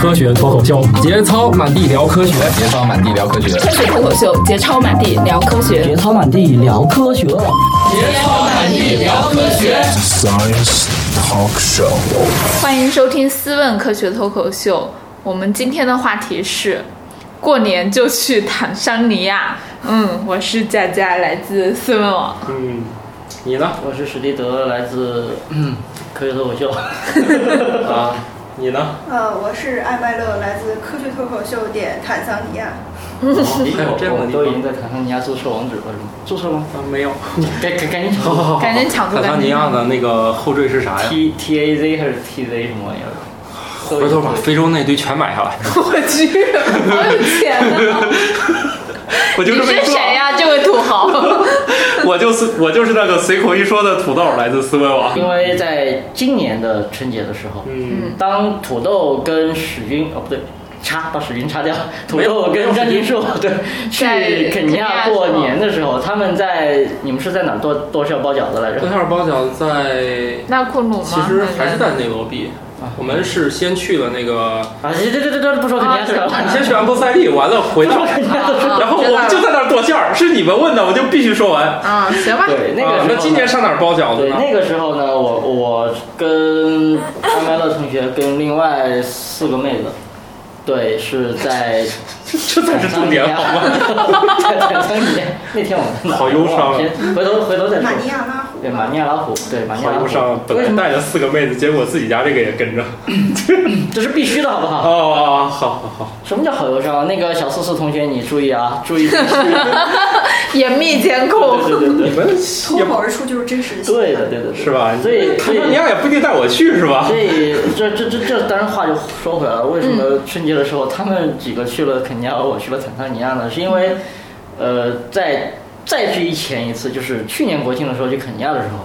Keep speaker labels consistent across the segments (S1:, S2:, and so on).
S1: 科学脱口秀，节操满地聊科学，
S2: 节操满地聊科学，
S3: 科学脱口秀，节操满地聊科学，
S4: 节操满地聊科学，
S5: 节操满地聊科学。Science
S6: Talk Show，
S3: 欢迎收听《思问科学脱口秀》。我们今天的话题是：过年就去坦桑尼亚。嗯，我是佳佳，来自思问网。
S4: 嗯，你呢？
S7: 我是史蒂德，来自 科学脱口秀。
S4: 啊。你呢？
S8: 呃，我是艾麦乐，来自科学脱口秀点坦桑尼亚。
S7: 哦，这我都已经在坦桑尼亚注册网址了，是吗？
S4: 注册
S1: 啊
S4: 了吗？
S7: 没有，赶 赶赶紧抢，
S3: 赶紧抢出
S1: 来！哦坦桑尼亚的那个后缀是啥 呀
S7: ？T T A Z 还是 T Z 什么玩意儿？
S1: 回头把非洲那堆全买下来。
S3: 我去，好有钱啊！
S1: 我就是
S3: 谁呀？这位土 豪？
S1: 我就是我就是那个随口一说的土豆，来自思维网。
S7: 因为在今年的春节的时候，嗯，当土豆跟史军哦不对，插把史军插掉，土豆跟张金硕对去肯尼亚过年的时候，他们在你们是在哪多多少包饺子来着？
S1: 多少包饺子在
S3: 纳库鲁吗？
S1: 其实还是在啊内罗毕。我们是先去了那个
S7: 啊，这这这这不说肯尼亚事了，
S1: 你先去 安波塞利，完了回 到，然后我们就在那儿剁馅儿，是你们问的，我就必须说完
S3: 啊，行吧。
S7: 对，那个
S1: 那今年上哪儿包饺子？
S7: 对，那个时候呢，我我跟安麦乐同学跟另外四个妹子，对，是在
S1: 这才是重点好吗？
S7: 在坦桑尼亚那天我
S1: 好忧伤，啊
S7: 回头回头再说。
S8: 马尼亚拉
S7: 对马尼亚拉虎，对马尼亚拉虎。
S1: 本来带着四个妹子，结果自己家这个也跟着，
S7: 这是必须的，好不好？
S1: 哦哦哦，好好好。
S7: 什么叫好忧伤？啊那个小四四同学，你注意啊，注意！
S3: 严密监控，
S7: 对对对，
S1: 你们
S8: 脱口而出就是真实的。
S7: 对的对的，
S1: 是吧？
S7: 所以
S1: 坦桑尼亚也哎不一定带我去，是吧？
S7: 所以这这这这，当然话就说回来了，为什么春节的时候他们几个去了肯尼亚，我去了坦桑尼亚呢？是因为，呃，在再之前一次，就是去年国庆的时候去肯尼亚的时候。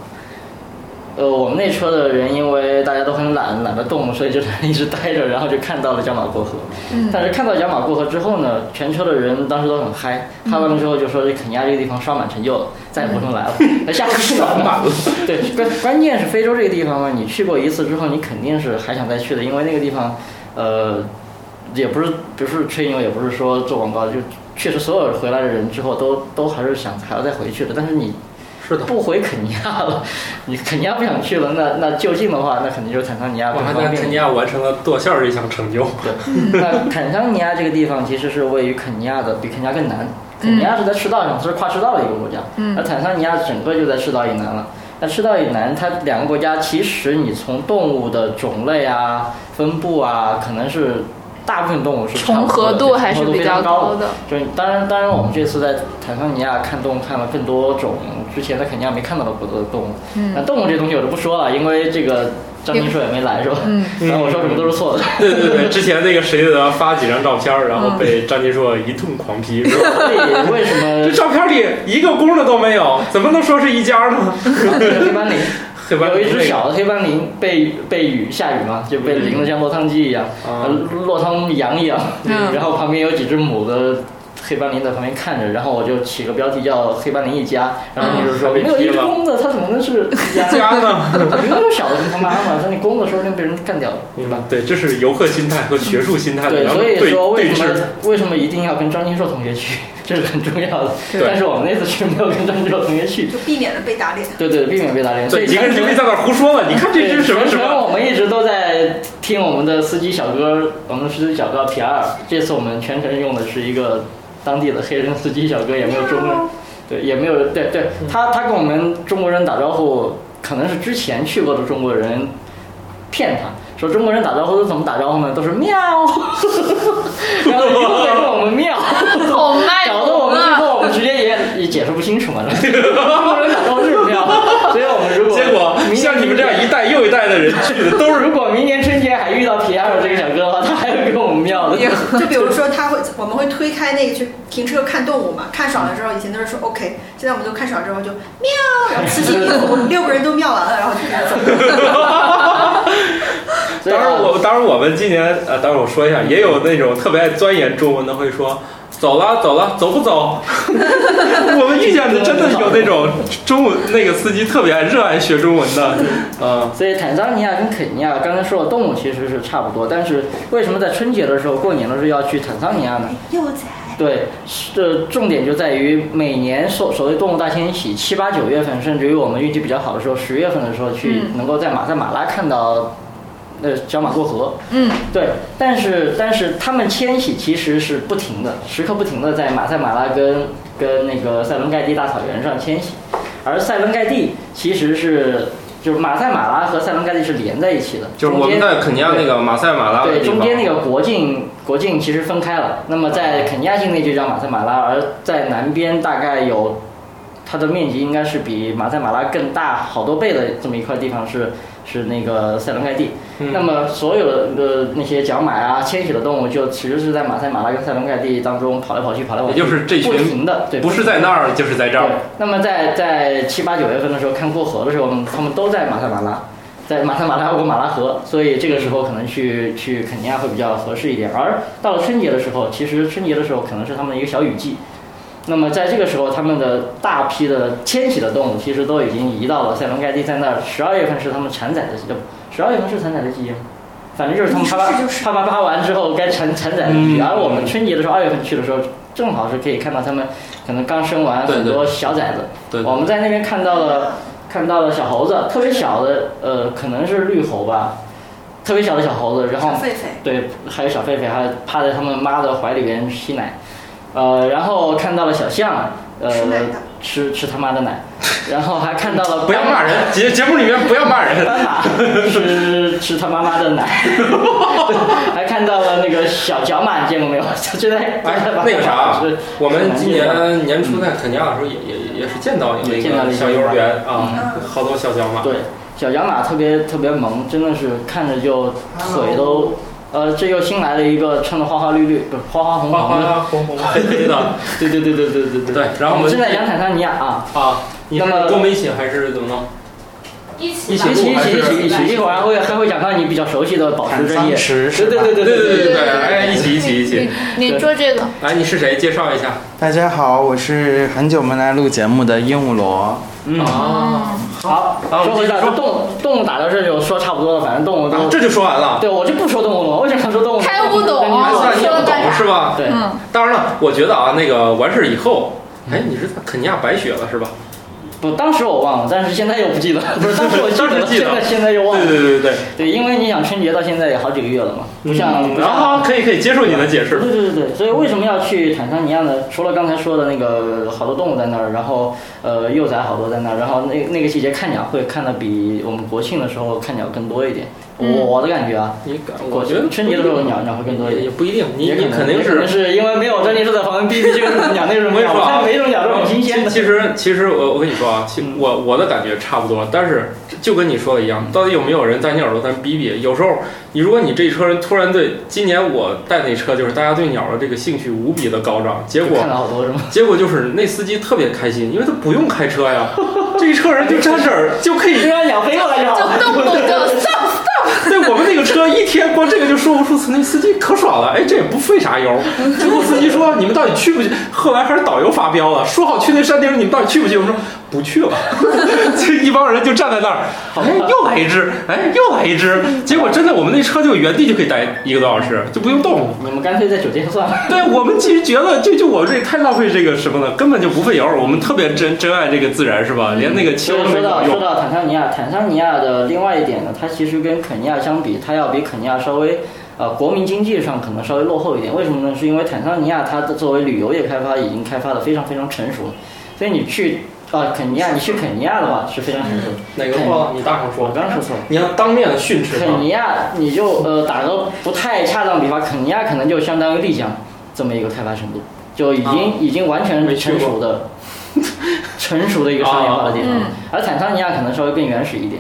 S7: 呃，我们那车的人，因为大家都很懒，懒得动，所以就 一直待着，然后就看到了加马过河。嗯。但是看到加马过河之后呢，全车的人当时都很嗨。看完了之后就说：“这肯尼亚这个地方刷满成就了，再也不用来了。嗯” 那下次去哪
S1: 满了。
S7: 对，关关键是非洲这个地方嘛，你去过一次之后，你肯定是还想再去的，因为那个地方，呃，也不是不是吹牛，也不是说做广告，就确实所有回来的人之后都都还是想还要再回去的。但是你。
S1: 是的，
S7: 不回肯尼亚了，你肯尼亚不想去了，那那就近的话，那肯定就是坦桑尼亚。
S1: 我还在肯尼亚完成了剁馅儿这项成就。
S7: 对， 那坦桑尼亚这个地方其实是位于肯尼亚的，比肯尼亚更南。肯尼亚是在赤道上，是跨赤道的一个国家。嗯。而坦桑尼亚整个就在赤道以南了。那赤道以南，它两个国家其实你从动物的种类啊、分布啊，可能是。大部分动物是
S3: 重合
S7: 度
S3: 还是比较
S7: 高
S3: 的。
S7: 就是当然，当然我们这次在坦桑尼亚看动物看了更多种，之前在肯尼亚没看到的多的动物。嗯。那动物这东西我就不说了，因为这个张金硕也没来是吧？嗯。 然后我说什么都是错的。
S1: 对对对，之前那个谁的发几张照片，然后被张金硕一顿狂 批，是 吧？
S7: 对，为什么？
S1: 这照片里一个公的都没有，怎么能说是一家呢？
S7: 黑斑羚。有一只小的黑
S1: 斑
S7: 羚被被雨下雨嘛，就被淋得像落汤鸡一样，
S1: 啊
S7: 呃
S1: 呃
S7: 落汤羊一样。 然后旁边有几只母的黑斑羚在旁边看着，然后我就起个标题叫《黑斑羚一家》，然后就是说没有一只公的，它怎么能是 啊
S1: 家呢？
S7: 因为小的是他妈嘛，但那公的说不定被人干掉了，对吧？
S1: 对，这是游客心态和学术心态
S7: 对，所以说为什么为什么一定要跟张金硕同学去？ 这是很重要的，但是我们那次去没有跟郑州同学去，
S8: 就避免了被打脸。
S7: 对对，避免被打脸。所以
S1: 一个人就别在那胡说了。你看这是什么什么？
S7: 我们一直都在听我们的司机小哥，我们司机小哥皮尔。这次我们全程用的是一个当地的黑人司机小哥，也没有中国人，对，也没有对对，他他跟我们中国人打招呼，可能是之前去过的中国人骗他。说中国人打招呼都怎么打招呼呢？都是 喵，然后又跟着我们喵，
S3: 好慢，
S7: 搞得我们最后我们直接也也解释不 清楚嘛。中国人打招呼是喵，所以我们如果
S1: 结果像你们这样一代又一代的人去的都是，
S7: 如果明年春节还遇到皮埃尔这个小哥的话，他还会跟我们喵的。
S8: 就比如说他会，我们会推开那个去停车看动物嘛，看爽了之后，以前都是说 OK，现在我们就看爽之后就喵，然后此 起彼伏，六个人都喵完了，然后就开始走。
S1: 当然我，当然我们今年呃，当然我说一下，也有那种特别爱钻研中文的，会说走了走了，走不走？ 我们遇见的真的有那种中文那个司机特别热爱学中文的，嗯，
S7: 所以坦桑尼亚跟肯尼亚刚才说的动物其实是差不多，但是为什么在春节的时候、过年的时候要去坦桑尼亚呢？
S8: 幼崽。
S7: 对，这重点就在于每年所所谓动物大迁徙，七八九月份，甚至于我们运气比较好的时候，十月份的时候去，能够在马赛马拉看到。呃，小马过河，
S3: 嗯，
S7: 对，但是但是他们迁徙其实是不停的，时刻不停的在马赛马拉跟跟那个塞伦盖蒂大草原上迁徙，而塞伦盖蒂其实是就是马赛马拉和塞伦盖蒂是连在一起的，
S1: 就是我们在肯尼亚那个马赛马拉
S7: 对中间那个国境国境其实分开了，那么在肯尼亚境内就叫马赛马拉，而在南边大概有它的面积应该是比马赛马拉更大好多倍的这么一块地方是。是那个塞伦盖蒂，
S1: 嗯
S7: 那么所有的呃那些角马啊、迁徙的动物，就其实是在马赛马拉跟塞伦盖蒂当中跑来跑去、跑来跑
S1: 也
S7: 去，
S1: 就是这
S7: 不停
S1: 群
S7: 的，对，
S1: 不是在那儿就是在这
S7: 对
S1: 儿，。
S7: 那么在在七八九月份的时候看过河的时候，我们他们都在马赛马拉，在马赛马拉过马拉河，所以这个时候可能去去肯尼亚会比较合适一点。而到了春节的时候，其实春节的时候可能是他们的一个小雨季。那么在这个时候，他们的大批的迁徙的动物其实都已经移到了塞伦盖蒂，在那儿。十二月份是他们产崽的季节，十二月份是产崽的季节吗？反正就是他们啪啪啪啪啪完之后该产产崽的季节。
S1: 嗯
S7: 而我们春节的时候，二月份去的时候，正好是可以看到他们可能刚生完
S1: 对
S7: 很
S1: 对
S7: 多小崽子。
S1: 对，
S7: 我们在那边看到了看到了小猴子，特别小的，呃，可能是绿猴吧，特别小的小猴子，然后
S8: 小狒狒，
S7: 对，还有小狒狒，还趴在他们妈的怀里边吸奶，呃，然后看到了小象，呃
S8: 吃奶的，
S7: 吃吃他妈的奶，然后还看到 了
S1: 不要骂人，节节目里面不要骂人，
S7: 斑马吃吃他妈妈的奶， 还看到了那个小角马，你见过没有？ 就在
S1: 哎那个啥
S7: 是
S1: 我们今年年初在肯尼亚的时候也也也是见到有一
S7: 嗯也见到
S1: 个
S7: 了一个
S1: 小幼儿园啊，
S8: 嗯
S1: 好多小小马，
S7: 对，小角马特别特别萌，真的是看着就腿
S3: 哦
S7: 都，呃，这又新来了一个穿的花花绿绿，不是花花红
S1: 花
S7: 红的，
S1: 花红红黑黑的，
S7: 对对对对对对
S1: 啊对，然后我
S7: 我们
S1: 们
S7: 正在讲坦桑尼亚啊，
S1: 啊，你是
S7: 那么
S1: 跟我们一起还是怎么弄？
S3: 一
S7: 一
S3: 起吧
S7: 起一起一
S1: 还
S7: 起
S1: 是
S7: 一起一起，一会儿还会还会讲到你比较熟悉的宝石之夜，
S4: 石
S7: 对对
S1: 对
S7: 对对
S1: 对
S7: 对
S1: 对对，哎，一起一起一起，
S3: 嗯你
S7: 对
S3: 你说这个，
S1: 来，你是谁？介绍一下
S2: 大家好，我是很久没来录节目的鹦鹉螺。
S7: 嗯，
S1: 啊
S7: 好，
S1: 好
S7: 说回到
S1: 我们继续说
S7: 动物动物打到这就说差不多了，反正动物
S1: 啊，
S7: 都，
S1: 这就说完了，
S7: 对我就不说动物了，我就想说动物，
S3: 他又不懂
S7: 跟你们
S1: 还
S7: 说
S1: 算你不哦懂是吧？
S7: 对，
S3: 嗯，
S1: 当然了，我觉得啊，那个完事以后，哎，你是在肯尼亚白雪了是吧？
S7: 不，当时我忘了，但是现在又不记得，不是当时我记
S1: 当时
S7: 得了，
S1: 记得
S7: 现在现在又忘了
S1: 对。对对对
S7: 对，因为你想春节到现在也好几个月了嘛，不像、
S1: 对，
S7: 不
S1: 嗯然
S7: 像
S1: 后可以可以接受你的解释，
S7: 对对对对，所以为什么要去坦桑尼亚呢？除了刚才说的那个好多动物在那儿，然后呃幼崽好多在那儿，然后那那个季节看鸟会看的比我们国庆的时候看鸟更多一点，
S3: 嗯
S7: 我我的感觉啊，
S1: 你敢
S7: 国
S1: 我觉得
S7: 春节的时候鸟鸟会更多一
S1: 也
S7: 点。
S1: 不一定，你
S7: 也
S1: 你肯
S7: 定
S1: 定是。
S7: 是因为没有专业住在旁边逼逼这个鸟那种
S1: 我跟你
S7: 鸟，
S1: 说啊
S7: 我看每种鸟都很新鲜的。
S1: 其其实其实我我跟你说啊，其
S7: 嗯
S1: 我我的感觉差不多，但是就跟你说的一样，到底有没有人在你耳朵咱逼逼？有时候你如果你这一车人突然对今年我带那车就是大家对鸟的这个兴趣无比的高涨，结
S7: 就
S1: 果
S7: 看到好多是吗？
S1: 结果就是那司机特别开心，因为他不用开车 呀，这一车人就站这儿就可以
S7: 就让鸟 飞过来就好
S3: 就
S7: 了。
S3: 动不动就 stop stop，
S1: 对我们那个车一天光这个就说无数次，那司机可爽了，哎，这也不费啥油。结果司机说你们到底去不去？后来还是导游发飙了，说好去那山顶，你们到底去不去？我们说不去 了，就一帮人就站在那儿，哎，又来一只，哎，又来一只。结果真的，我们那车就原地就可以待一个多小时，就不用动。
S7: 你们干脆在酒店算了。
S1: 对我们其实觉得，就就我这太浪费这个什么了，根本就不费油。我们特别珍珍爱这个自然，是吧？连那个汽
S7: 所
S1: 油
S7: 以
S1: 都没
S7: 说
S1: 怎么
S7: 到说
S1: 用。
S7: 到坦桑尼亚，坦桑尼亚的另外一点呢，它其实跟肯尼亚相比，它要比肯尼亚稍微呃国民经济上可能稍微落后一点。为什么呢？是因为坦桑尼亚它的作为旅游业开发已经开发的非常非常成熟，所以你去啊、肯尼亚，你去肯尼亚的话是非常成熟的。
S1: 嗯哪个错了？你大声
S7: 我
S1: 说，
S7: 刚刚说错了。
S1: 你要当面训斥
S7: 肯
S1: 他。
S7: 尼亚，你就呃打个不太恰当比方，肯尼亚可能就相当于丽江这么一个开发程度，就已经、
S1: 啊
S7: 已经完全
S1: 没去
S7: 成
S1: 过
S7: 熟的 成熟的一个商业化的地方。
S3: 啊嗯
S7: 而坦桑尼亚可能稍微更原始一点，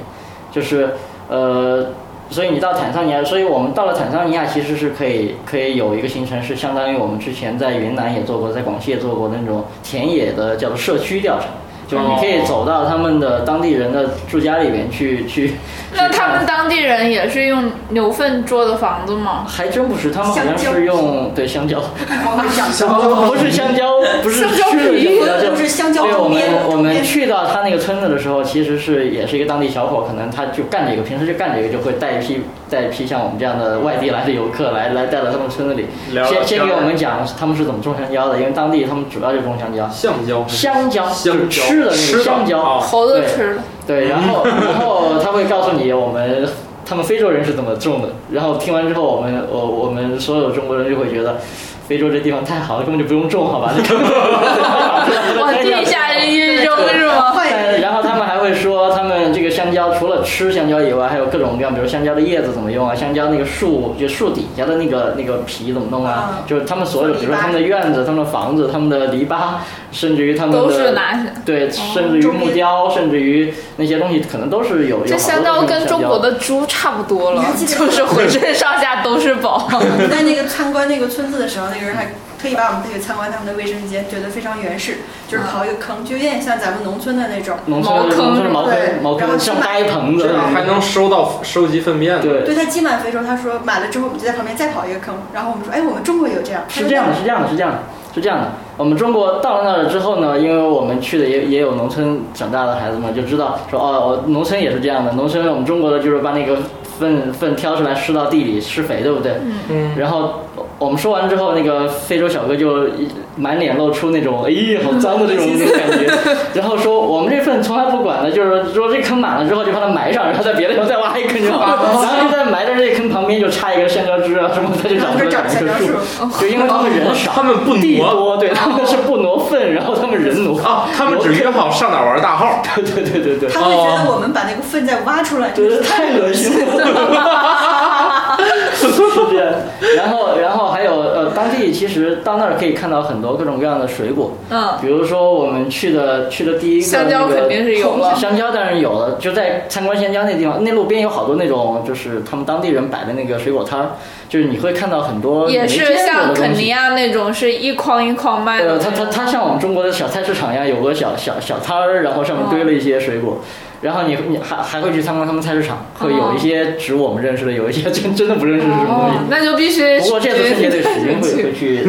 S7: 就是呃，所以你到坦桑尼亚，所以我们到了坦桑尼亚其实是可以可以有一个行程是相当于我们之前在云南也做过，在广西也做过那种田野的叫做社区调查。就是你可
S3: 哦
S7: 以走到他们的当地人的住家里面去去。
S3: 那他们当地人也是用牛粪做的房子吗？
S7: 还真不是，他们好像是用对香蕉， 不是香蕉，不是
S3: 香蕉
S7: 吃的
S3: 皮
S7: 香蕉，
S8: 不是香蕉
S7: 对，
S8: 周
S7: 我们
S8: 边
S7: 我们去到他那个村子的时候，其实是也是一个当地小伙，可能他就干这个，平时就干这个，就会带一批带一批像我们这样的外地来的游客来来带到他们村子里，
S1: 聊聊
S7: 先先给
S1: 天儿
S7: 我们讲他们是怎么种香蕉的，因为当地他们主要就种香蕉，
S1: 橡胶，
S7: 香蕉
S1: 香
S7: 就是
S1: 蕉
S7: 吃的那
S1: 吃的
S7: 个香蕉，
S1: 哦
S3: 猴子
S7: 对
S3: 吃的。
S7: 对，然后然后他会告诉你我们他们非洲人是怎么种的，然后听完之后我们我我们所有中国人就会觉得。非洲这地方太好了，根本就不用种，好吧？
S3: 哇，
S7: 我
S3: 地下一扔是 吗？
S7: 但然后他们还会说，他们这个香蕉除了吃香蕉以外，还有各种各样，比如香蕉的叶子怎么用啊，香蕉那个树就树底下的那个那个皮怎么弄啊
S8: 嗯，
S7: 就是他们所有，比如说他们的院子、他们的房子、他们的篱笆，甚至于他们的
S3: 都是拿下。
S7: 对，甚至于木雕，甚至于那些东西，可能都是有有
S3: 这
S7: 好
S3: 香
S7: 多
S3: 蕉
S7: 东西
S3: 跟
S7: 是
S3: 中国
S7: 香蕉
S3: 的猪差不多了
S8: 你还，记得
S3: 就是浑身上下都是宝。
S8: 我们在那个参观那个村子的时候，那个人还特意把我们带去参观他们的卫生间，觉得非常原始，
S7: 嗯
S8: 就是刨一个坑，就有点像咱们农村的那种。
S7: 农村的
S3: 茅坑
S7: 农村的茅
S8: 对
S7: 坑茅
S8: 然后
S7: 坑像
S8: 去买
S7: 搭一棚子
S8: 对
S1: 这，样还能收到收集粪便呢。
S7: 对，
S8: 对他积满肥之后，他说买了之后我们就在旁边再刨一个坑，然后我们说，哎，我们中国也有这样，
S7: 是这样的，是这样的，是这样的，是这样的。我们中国到了那儿之后呢，因为我们去的也也有农村长大的孩子嘛，就知道说哦，我农村也是这样的。农村我们中国的就是把那个粪粪挑出来施到地里施肥，对不对？嗯。然后我们说完之后，那个非洲小哥就一满脸露出那种哎呀好脏的那种那种感觉，然后说我们这粪从来不管的，就是说这坑满了之后就把它埋上，然后在别的地方再挖一坑就好了，然后就在埋在这坑旁边就插一个香蕉枝啊什么的，它就
S8: 然
S7: 长
S8: 后
S7: 出
S8: 就
S7: 长
S8: 长
S7: 一
S8: 香
S7: 棵
S8: 蕉
S7: 树
S8: 树。。
S7: 就因为他们人少，
S1: 他们不
S7: 地
S1: 挪
S7: 多，对，他们是不挪粪，然后他们人挪
S1: 啊，他们只约好上哪儿玩大号。
S7: 对对对对对，
S8: 他会觉得我们把那个粪再挖出来，
S7: 真是太恶心了，是这样。然后，然后还有呃，当地其实到那儿可以看到很多各种各样的水果，
S3: 嗯，
S7: 比如说我们去的去的第一个
S3: 香蕉
S7: 那个
S3: 肯定是有了
S7: 香蕉当然有了，就在参观香蕉那地方，那路边有好多那种就是他们当地人摆的那个水果摊儿，就是你会看到很多
S3: 也
S7: 你没
S3: 是
S7: 见过
S3: 像
S7: 的东
S3: 肯
S7: 西
S3: 尼亚那种是一筐一筐卖
S7: 呃，
S3: 的。
S7: 它它它像我们中国的小菜市场一样，有个小小小摊儿，然后上面
S3: 嗯
S7: 堆了一些水果，然后你你还还会去参观他们菜市场，会有一些植物我们认识的，有一些真真的不认识是什么东
S3: 嗯哦，
S7: 西。
S3: 那就必须
S7: 不过这次春节得时间会会去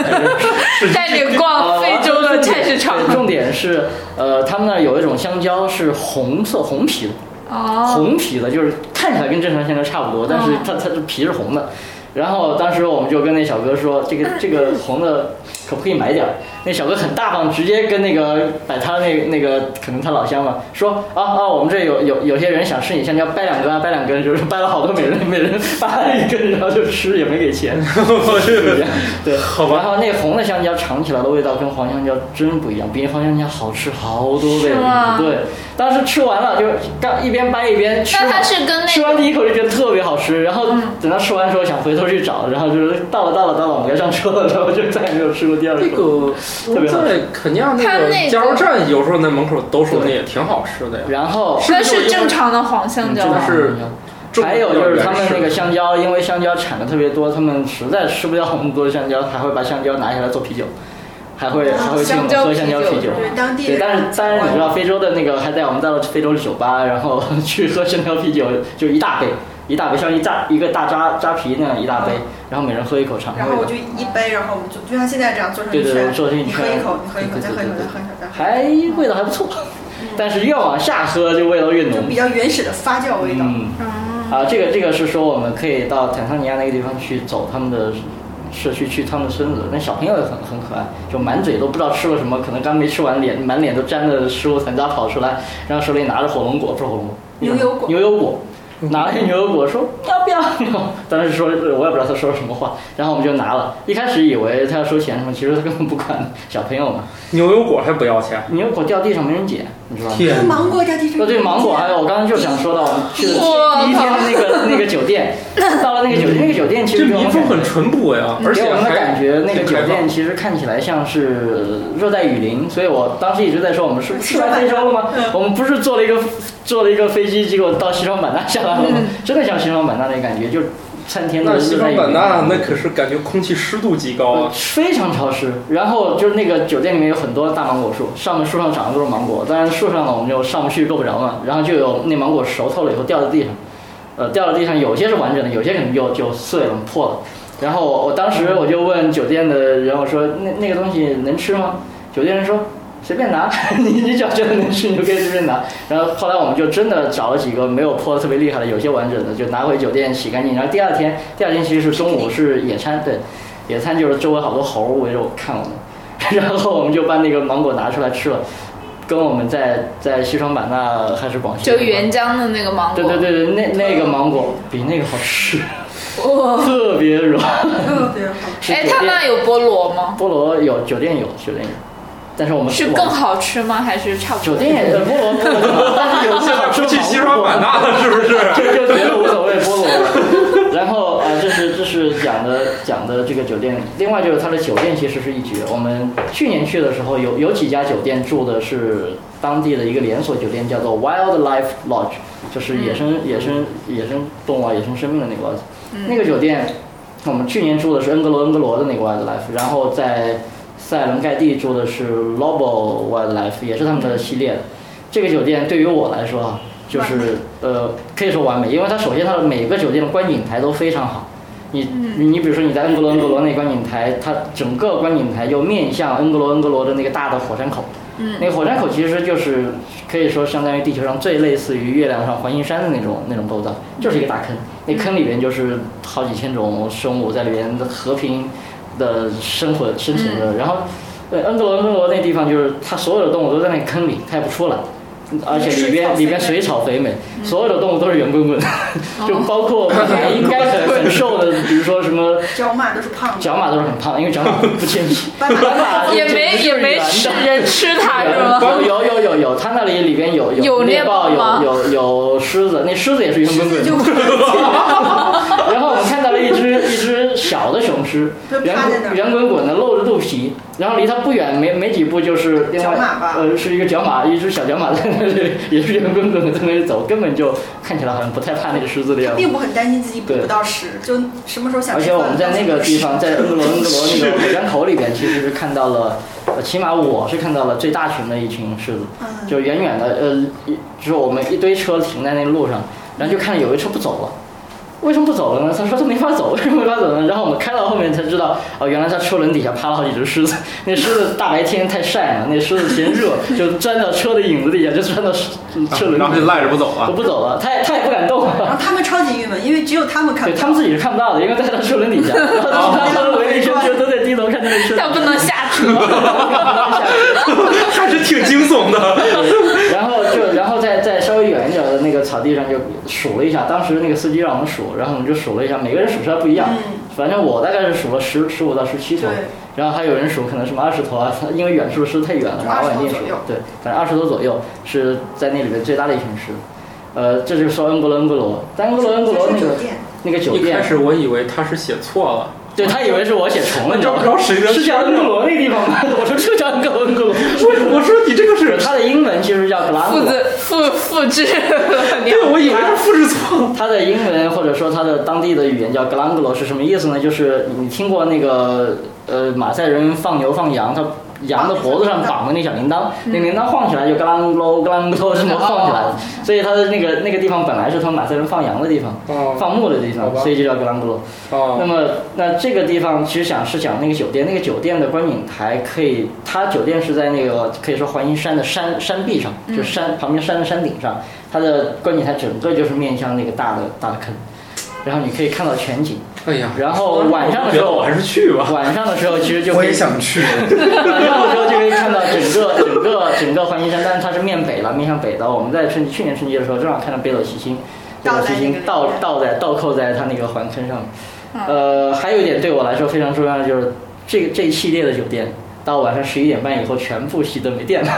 S3: 带你
S7: 啊
S3: 逛啊非洲的菜市场。
S7: 呃对重点是呃，他们那儿有一种香蕉是红色红皮的，
S3: 哦，
S7: 红皮的，就是看起来跟正常香蕉差不多，但是它它的皮是红的。然后当时我们就跟那小哥说，这个这个红的可不可以买点儿？那小哥很大方，直接跟那个摆摊儿那那个可能他老乡嘛，说啊啊，我们这有有有些人想吃你香蕉，掰两根啊，掰两根，就是掰了好多，每人每人掰了一根，然后就吃，也没给钱。
S1: 哦
S7: 就是这样对，
S1: 好吧
S7: 然后那红的香蕉尝起来的味道跟黄香蕉真不一样，比黄香蕉好吃好多倍
S3: 是吗。
S7: 对，当时吃完了就刚一边掰一边吃
S3: 那
S7: 完。
S3: 它是跟那
S7: 吃
S3: 个
S7: 完第一口就觉得特别好吃，然后等到吃完之后想回头去找，然后就是到了到了到了我们该上车了，然后就再也没有吃过第 二
S1: 这
S7: 口。
S1: 个
S7: 特别好
S1: 在肯尼亚
S3: 它
S1: 那个
S3: 那个
S1: 加油站，有时候那门口兜售那也挺好吃的呀。
S7: 然后
S3: 那是正常的黄香蕉
S7: 嗯
S1: 但
S3: 吗？
S1: 是中国
S7: 还有就是他们那个
S1: 原始
S7: 香蕉，因为香蕉产的特别多，他们实在吃不掉那么多香蕉，还会把香蕉拿下来做啤酒，还会还会请我
S3: 啊香
S7: 们
S3: 蕉
S7: 喝
S3: 啤
S7: 香蕉
S3: 酒
S7: 啤酒。
S8: 对当地
S7: 对，
S8: 人。
S7: 但是当然你知道非洲的那个还带我们带到非洲的酒吧，然后去喝香蕉啤酒，就一大杯，一大杯像一扎一个大扎扎啤那样一大杯，然后每人喝一口尝尝
S8: 嗯然
S7: 味
S8: 后
S7: 道
S8: 我。就一杯，然后我们就就像现在这样做成一
S7: 对对
S8: 圈，
S7: 对做成一
S8: 你喝
S7: 圈
S8: 一口，你喝一口，
S7: 对对
S8: 再喝一口，
S7: 对对
S8: 再喝一口，再喝一口，
S7: 还味道还不错，
S8: 嗯
S7: 但是越往下喝就味道越浓
S8: 就。比较原始的发酵味道。
S7: 嗯，啊，这个这个是说我们可以到坦桑尼亚那个地方去走他们的社区，去他们的村子，那小朋友也很很可爱，就满嘴都不知道吃了什么，可能刚没吃完脸，满脸都沾着食物残渣跑出来，然后手里拿着火龙果，不是火龙果，
S8: 牛油果
S7: 牛油果。拿了一牛油果，说要不要？ 当时说，我也不知道他说什么话，然后我们就拿了。一开始以为他要收钱什么，其实他根本不管，小朋友嘛。
S1: 牛油果还不要钱，
S7: 牛油果掉地上没人捡，你知道吗？
S8: 那芒果加地
S7: 哦，对，芒果，还有我刚刚就想说到，我们去的第一天的那个那个酒 店，到了那个酒店，那个酒店其
S1: 这
S7: 实给我
S1: 民
S7: 们
S1: 风
S7: 感
S1: 很
S7: 觉，
S1: 淳朴呀，而
S7: 嗯给
S1: 且
S7: 我们的
S1: 还
S7: 感觉，那个酒
S1: 挺开
S7: 店
S1: 放
S7: 其实看起来像是热带雨林，所以我当时一直在说，我们是去完非洲了吗？我们不是坐了一个坐了一个飞机，结果到西双版纳下来了吗？真的像西双版纳那感觉，就参天
S1: 那
S7: 的
S1: 西
S7: 热
S1: 双
S7: 带雨
S1: 版
S7: 林
S1: 纳那可是感觉空气湿度极高啊！
S7: 嗯非常潮湿。然后就是那个酒店里面有很多大芒果树，上面树上长的都是芒果，当然树上呢我们就上不去够不着嘛，然后就有那芒果熟透了以后掉在地上，呃，掉在地上有些是完整的，有些可能就就碎了破了。然后我我当时我就问酒店的人，我说那那个东西能吃吗？酒店人说随便拿， 你你只要觉得能吃，你就可以随便拿。然后后来我们就真的找了几个没有破的特别厉害的，有些完整的，就拿回酒店洗干净。然后第二天，第二天其实是中午是野餐，对，野餐就是周围好多猴围着我看我们， 然后我们就把那个芒果拿出来吃了，跟我们在在西双版纳还是广西
S3: 就原浆的那个芒果，
S7: 对对对对，那那个芒果比那个好吃，
S3: 哇，
S7: 特别软。
S8: 嗯，对，好
S7: 是
S3: 哎，
S7: 酒
S3: 他
S7: 店
S3: 那有菠萝吗？
S7: 菠萝有，酒店有，酒店有，但是我们
S3: 是更好吃吗？还是差不多？
S7: 酒店也有菠萝，菠萝更好但是有些
S1: 现在
S7: 好吃
S1: 不去
S7: 的
S1: 西双版纳了，是不 是？
S7: 就就觉得无所谓菠萝了。 然后啊，呃这是这是讲的讲的这个酒店，另外就是它的酒店其实是一绝。我们去年去的时候，有有几家酒店住的是当地的一个连锁酒店，叫做 Wildlife Lodge，就是野生、野生野生动物啊、野生生命的那个 lodge。那个酒店，我们去年住的是恩格罗恩格罗的那个 Wildlife，然后在塞伦盖蒂住的是 Lobo Wildlife，也是他们的系列的。这个酒店对于我来说啊，就是呃，可以说完美，因为它首先它的每个酒店的观景台都非常好。你你比如说你在恩格罗恩格罗那观景台，它整个观景台就面向恩格罗恩格罗的那个大的火山口。
S3: 嗯
S7: 那个火山口其实就是可以说相当于地球上最类似于月亮上环形山的那种那种构造，就是一个大坑。那坑里边就是好几千种生物在里边和平的生活生存着。然后，对恩格罗恩格罗那地方就是它所有的动物都在那坑里，它也不出来。而且里边里边水草肥美，所有的动物都是圆滚滚的，就包括本来应该很很瘦的，比如说什么
S8: 角马都是胖的，
S7: 角马都是很胖，因为角马不建议，
S8: 斑马
S7: 斑马
S3: 也没
S7: 就是
S3: 也没
S7: 圆的
S3: 吃人吃它是 吗？
S7: 呃有有有有有，它那里里边哎有
S3: 有
S7: 猎豹，
S3: 猎豹吗
S7: 有有有狮子，那狮子也是圆滚滚的。 然后我们看到了一只一只小的雄狮
S8: 就，
S7: 圆
S8: 趴在那儿
S7: 滚圆滚滚的露着肚皮，然后离它不远没没几步就是另
S8: 角
S7: 外
S8: 马吧
S7: 呃是一个角马，一只小角马在那里也是圆滚滚的在那里走，根本就看起来好像不太怕那个狮子的样子。
S8: 并不很担心自己补不到食，就什么时候想
S7: 而
S8: 吃
S7: 且
S8: 饭
S7: 我们在那个地方，在 恩格罗恩格罗那个火山口里边，其实是看到了，呃起码我是看到了最大群的一群狮子，
S8: 嗯
S7: 就远远的，呃，一就是我们一堆车停在那路上，然后就看到有一车不走了。为什么不走了呢？他说他没法走，为什么没法走呢？然后我们开到后面才知道，哦、原来他车轮底下趴了好几只狮子。那狮子大白天太晒了，那狮子嫌热，就钻到车的影子底下，就钻到车车
S1: 然
S7: 轮底
S1: 后
S7: 下
S1: 就赖着不走
S7: 我
S1: 啊！
S7: 不走了，他也他也不敢动。啊
S8: 然后他们超级郁闷，因为只有他们看
S7: 对
S8: 不
S7: 他
S8: 到。
S7: 们自己是看不到的，因为在他车轮底下，然后
S1: 哦
S7: 他车轮围一圈，就都在低头看那个车。
S3: 它不能下 车，
S1: 还是挺惊悚的。
S7: 然后就然后在在稍微远一点的那个草地上就数了一下，当时那个司机让我们数，然后我们就数了一下，每个人数出来不一样。
S8: 嗯
S7: 反正我大概是数了十十五到十七头
S8: 对，
S7: 然后还有人数可能什么二十头啊， 因为远处的狮子太远了，拿望远镜数
S8: 20头左右。
S7: 对，反正二十头左右是在那里面最大的一群狮。呃，这就是说恩格罗恩格罗，但恩格罗恩格罗那
S8: 酒
S7: 个
S8: 店，
S7: 那个酒
S1: 一开
S7: 店，
S1: 始我以为他是写错了，
S7: 对他以为是我写 重了，你知
S1: 找
S7: 道吗
S1: 不？着谁的
S7: 是叫恩格罗那个地方吗？ 我说这叫恩格罗恩格 罗，
S1: 我我说你这个是，
S7: 它的英文其 实叫 g l a
S3: 复
S7: m
S3: 制复复 制了你
S1: 对，我以为是复制错了。
S7: 它的英文或者说它的当地的语言叫 g l a n g l o 是什么意思呢？就是你听过那个呃马赛人放牛放羊，他羊的脖子上绑的那小铃铛，
S1: 嗯
S7: 那铃铛晃起来就 g l a n g l o g l a n g l o 是么晃起来的，所以它的那个那个地方本来是他们马赛人放羊的地方，
S1: 哦
S7: 放牧的地
S1: 好
S7: 方，
S1: 吧
S7: 所以就叫 g l a n g l o 那
S1: 哦，
S7: 么，那这个地方其实想是讲那个酒店，那个酒店的观景台可以，它酒店是在那个可以说环形山的山山壁上，就山旁边山的山顶上，它的观景台整个就是面向那个大的大的坑，然后你可以看到全景。
S1: 哎呀，
S7: 然后晚上的时
S1: 我觉得我
S7: 候
S1: 还，是去 吧。
S7: 晚上的时候其实就
S2: 我
S7: 可以
S2: 也想去，
S7: 晚上的时候就可以看到整个整个整个环形山，但是它是面北了，面向北的。我们在春去年春节的时候，正好看到北斗七星，北斗七星倒倒在倒扣在它那个环坑上面。呃，还有一点对我来说非常重要的就是，这个这一系列的酒店到晚上十一点半以后全部熄灯没电了，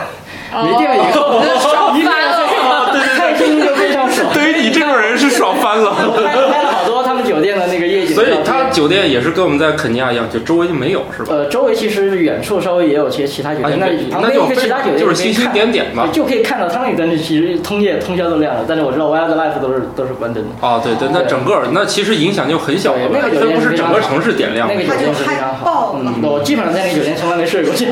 S7: 没电
S3: 哦
S7: 以后
S3: 爽
S7: 一定
S3: 翻 了，
S7: 要开心就非常爽。
S1: 对于你这种人是爽翻了。
S7: 我拍拍了好多他们酒店的那个夜景
S1: 所以它酒店也是跟我们在肯尼亚一样，就周围就没有是吧？
S7: 呃，周围其实远处稍微也有些其他酒
S1: 啊你
S7: 店，但
S1: 这
S7: 是旁
S1: 那
S7: 边
S1: 就
S7: 一个其他酒店
S1: 就是
S7: 你可
S1: 星
S7: 以
S1: 星
S7: 看
S1: 点点嘛。
S7: 就可以看到它那个灯其实通夜通宵都亮了，但是我知道 Wildlife 都是都是关灯的。
S1: 哦，对对，那
S7: 对
S1: 整个那其实影响就很小了，
S7: 对那个酒
S1: 它
S7: 店
S1: 不是
S7: 是
S1: 整个城市点亮
S7: 那
S1: 的
S7: 个。酒店是非常
S8: 太爆
S7: 好，
S8: 了
S7: 嗯，我基本上在那个酒店从来没睡过觉。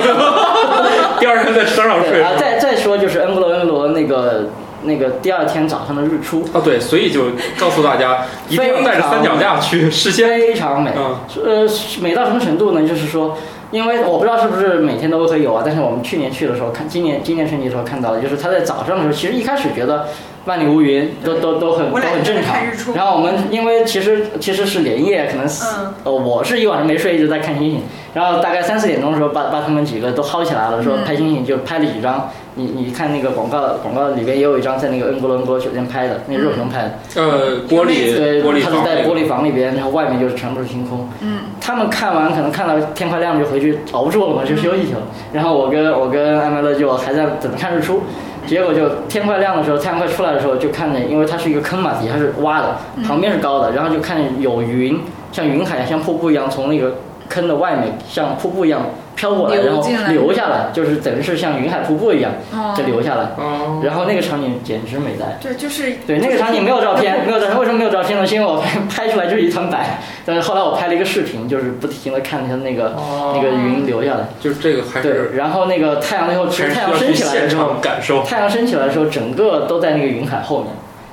S1: 第二天在山上
S7: 对
S1: 睡
S7: 啊，再再说就是恩格罗恩格罗那个那个第二天早上的日出，
S1: 哦，对，所以就告诉大 家，一定要带着三脚架去，事先
S7: 非常美。
S1: 嗯
S7: 呃，美到什么程度呢？就是说，因为我不知道是不是每天都会有啊，但是我们去年去的时候看，今年今年春节的时候看到的，就是他在早上的时候，其实一开始觉得万里无云，都都都很都
S8: 我俩
S7: 很正常
S8: 看日出。
S7: 然后我们因为其实其实是连夜，可能四
S8: 嗯
S7: 呃我是一晚上没睡，一直在看星星。然后大概三四点钟的时候，把把他们几个都薅起来了，说
S3: 嗯
S7: 拍星星，就拍了几张。你你看那个广告，广告里边也有一张在那个恩格伦哥酒店拍的，那个热腾拍的。
S1: 呃玻璃
S7: 对，
S1: 玻璃
S7: 他
S1: 房
S7: 是在
S1: 那
S7: 玻
S1: 个
S7: 璃房里边，然后外面就是全部是星空。
S3: 嗯，
S7: 他们看完可能看到天快亮就回去熬不住了嘛，
S3: 嗯
S7: 就休息去了。然后我跟我跟艾麦乐就还在等着看日出，结果就天快亮的时候，太阳快出来的时候，就看见，因为它是一个坑嘛，底下是洼的，
S3: 嗯
S7: 旁边是高的，然后就看见有云，像云海一样，像瀑布一样从那个坑的外面像瀑布一样飘过来，
S3: 流
S7: 然后
S3: 进来
S7: 流下来，就是等于是像云海瀑布一样
S3: 哦
S7: 就流下来。
S1: 哦，
S7: 然后那个场景简直美呆。
S8: 对，就是
S7: 对，那个场景没有照片，没有照片。为什么没有照片呢？是因为我拍拍出来就是一团白，但是后来我拍了一个视频，就是不停的看它那个、
S3: 哦
S7: 那个云流下来。
S1: 就是这个还
S7: 对，
S1: 是
S7: 然后那个太阳最后，其
S1: 还是
S7: 实
S1: 需
S7: 太
S1: 要
S7: 阳
S1: 去
S7: 升起来
S1: 现
S7: 的时候，
S1: 场感受。
S7: 太阳升起来的时候，整个都在那个云海后面，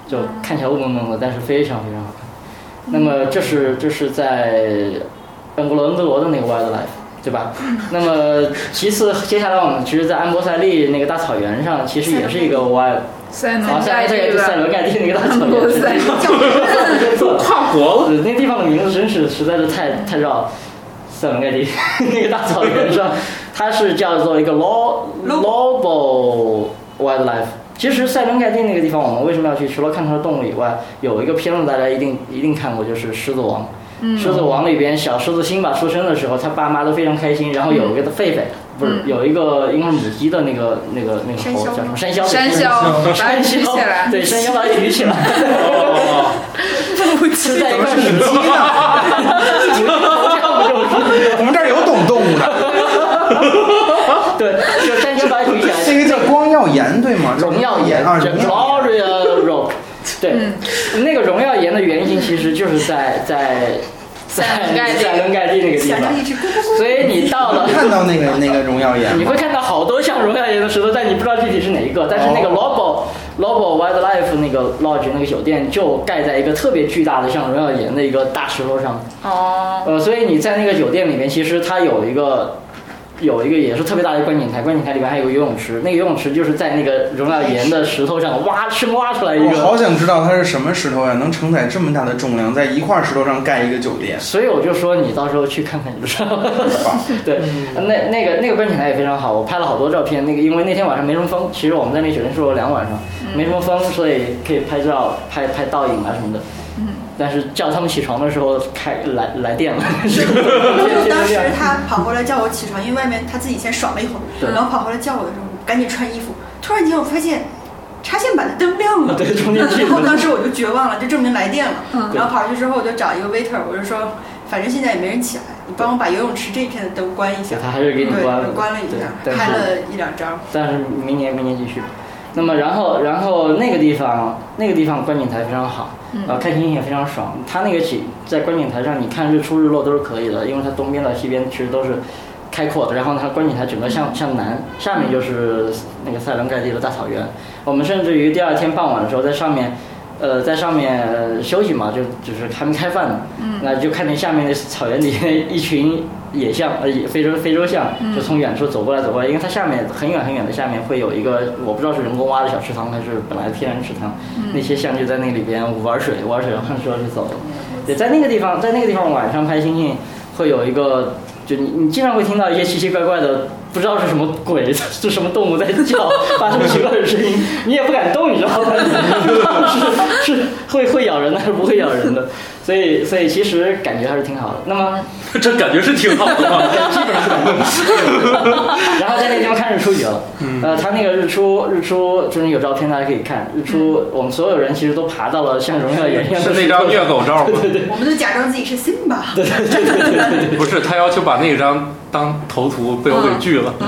S7: 就看起来雾蒙蒙的，但是非常非常好看。那么
S3: 嗯
S7: 这是这是在恩格罗恩格罗的那个 wildlife，对吧？那么其次，接下来我们其实，在安博塞利那个大草原上，其实也是一个 wild，
S3: 塞
S7: 好
S3: 伦
S7: 像
S3: 盖
S7: 这
S3: 蒂
S7: 个
S3: 吧
S7: 塞，伦盖蒂那个大草
S3: 安博
S7: 原。
S3: 塞利
S8: 叫
S1: 都跨国了，
S7: 呃，那地方的名字真是实在是太太绕了。塞伦盖蒂 那个大草原上，它是叫做一个 Lo Lobo Wildlife。其实塞伦盖蒂那个地方，我们为什么要去？除了看它的动物以外，有一个片子大家一定一定看过，就是《狮子王》。狮子王里边，小狮子辛巴出生的时候，他爸妈都非常开心。然后有一个狒狒，不是有一个应该是母鸡的那个那个那个
S8: 山
S7: 猴
S8: 魈
S7: 叫什么山魈？
S3: 山魈 把它
S7: 山
S3: 举
S7: 魈
S3: 起来
S7: 对，山魈把它举起来。是在一块
S2: 母鸡呢？ 我们这儿有懂动物 的，
S7: 对，就山魈把它举起来。
S2: 这个叫光耀岩对吗？
S7: 荣耀岩
S2: 啊，
S7: 这
S2: 荣耀岩
S7: Gloria Rock，对，
S3: 嗯
S7: 那个荣耀岩的原型其实就是在在
S3: 塞伦
S7: 在
S3: 盖蒂
S7: 在伦盖蒂那个地
S8: 想
S7: 方
S8: 着，一只咕咕咕，
S7: 所以你到了。
S2: 看到 那个那个荣耀岩
S7: 你
S2: 吗？
S7: 会看到好多像荣耀岩的石头，但你不知道具体是哪一个。但是那个 Lobo、Lobo Wildlife 那个 lodge 那个酒店就盖在一个特别巨大的像荣耀岩的一个大石头上，
S3: 哦，
S7: 呃，所以你在那个酒店里面，其实它有一个有一个也是特别大的观景台，观景台里面还有个游泳池，那个游泳池就是在那个荣耀岩的石头上挖深挖出来一
S2: 我好
S7: 个。
S2: 想知道它是什么石头呀、啊能承载这么大的重量，在一块石头上盖一个酒 店。
S7: 所以我就说你到时候去看看，你就知道了。
S2: 哇
S7: 对，
S8: 嗯
S7: 那那个那个观景台也非常好，我拍了好多照片。那个因为那天晚上没什么风，其实我们在那酒店住了两晚上，没
S8: 嗯
S7: 什么风，所以可以拍照、拍拍倒影啊什么的。嗯。 但是叫他们起床的时候开来来电 了，
S8: 就当时他跑回来叫我起床，因为外面他自己先爽了一会
S7: 对
S8: 儿，然后跑回来叫我的时候，我赶紧穿衣服。突然间我发现插线板的灯亮了，
S7: 对充电器
S8: 然后当时我就绝望了，就证明来电了。然后跑出去之后，我就找一个 waiter，我就说，反正现在也没人起来，你帮我把游泳池这一片的灯关一下
S7: 对。他还是给
S8: 对，
S7: 你关了，
S8: 我关了一
S7: 对
S8: 下，
S7: 但是
S8: 拍了一两张。
S7: 但是明年明年继续。那么然后然后那个地方那个地方观景台非常好，呃，看星星也非常爽。它那个景在观景台上，你看日出日落都是可以的，因为它东边到西边其实都是开阔的。然后它观景台整个向向南，下面就是那个塞伦盖蒂的大草原。我们甚至于第二天傍晚的时候在上面。呃，在上面呃休息嘛，就就是还没开饭呢，那就看见下面的草原里面一群野象， 呃，野非洲非洲象，就从远处走过来走过来，因为它下面很远很远的下面会有一个，我不知道是人工挖的小池塘还是本来天然池塘，那些象就在那里边玩水，玩水然后就要去走了。对，在那个地方，在那个地方晚上拍星星会有一个，就你你经常会听到一些奇奇怪怪的，不知道是什么鬼， 是什么动物在叫，发出奇怪的声音， 你也不敢动，你知道吗？是是会会咬人的，还是不会咬人的？所以所以其实感觉还是挺好的。那么
S1: 这感觉是挺好的啊嘛。
S7: 然后在那地方看日出雨了。
S1: 嗯
S7: 呃，他那个日出，日出就是有照片大家可以看。日出，我们所有人其实都爬到了像荣耀园一样的
S1: 是那张虐狗照吗？
S8: 我们就假装自己是辛巴，
S1: 不是，他要求把那张当头图，被我
S7: 嗯
S1: 给拒了。
S8: 不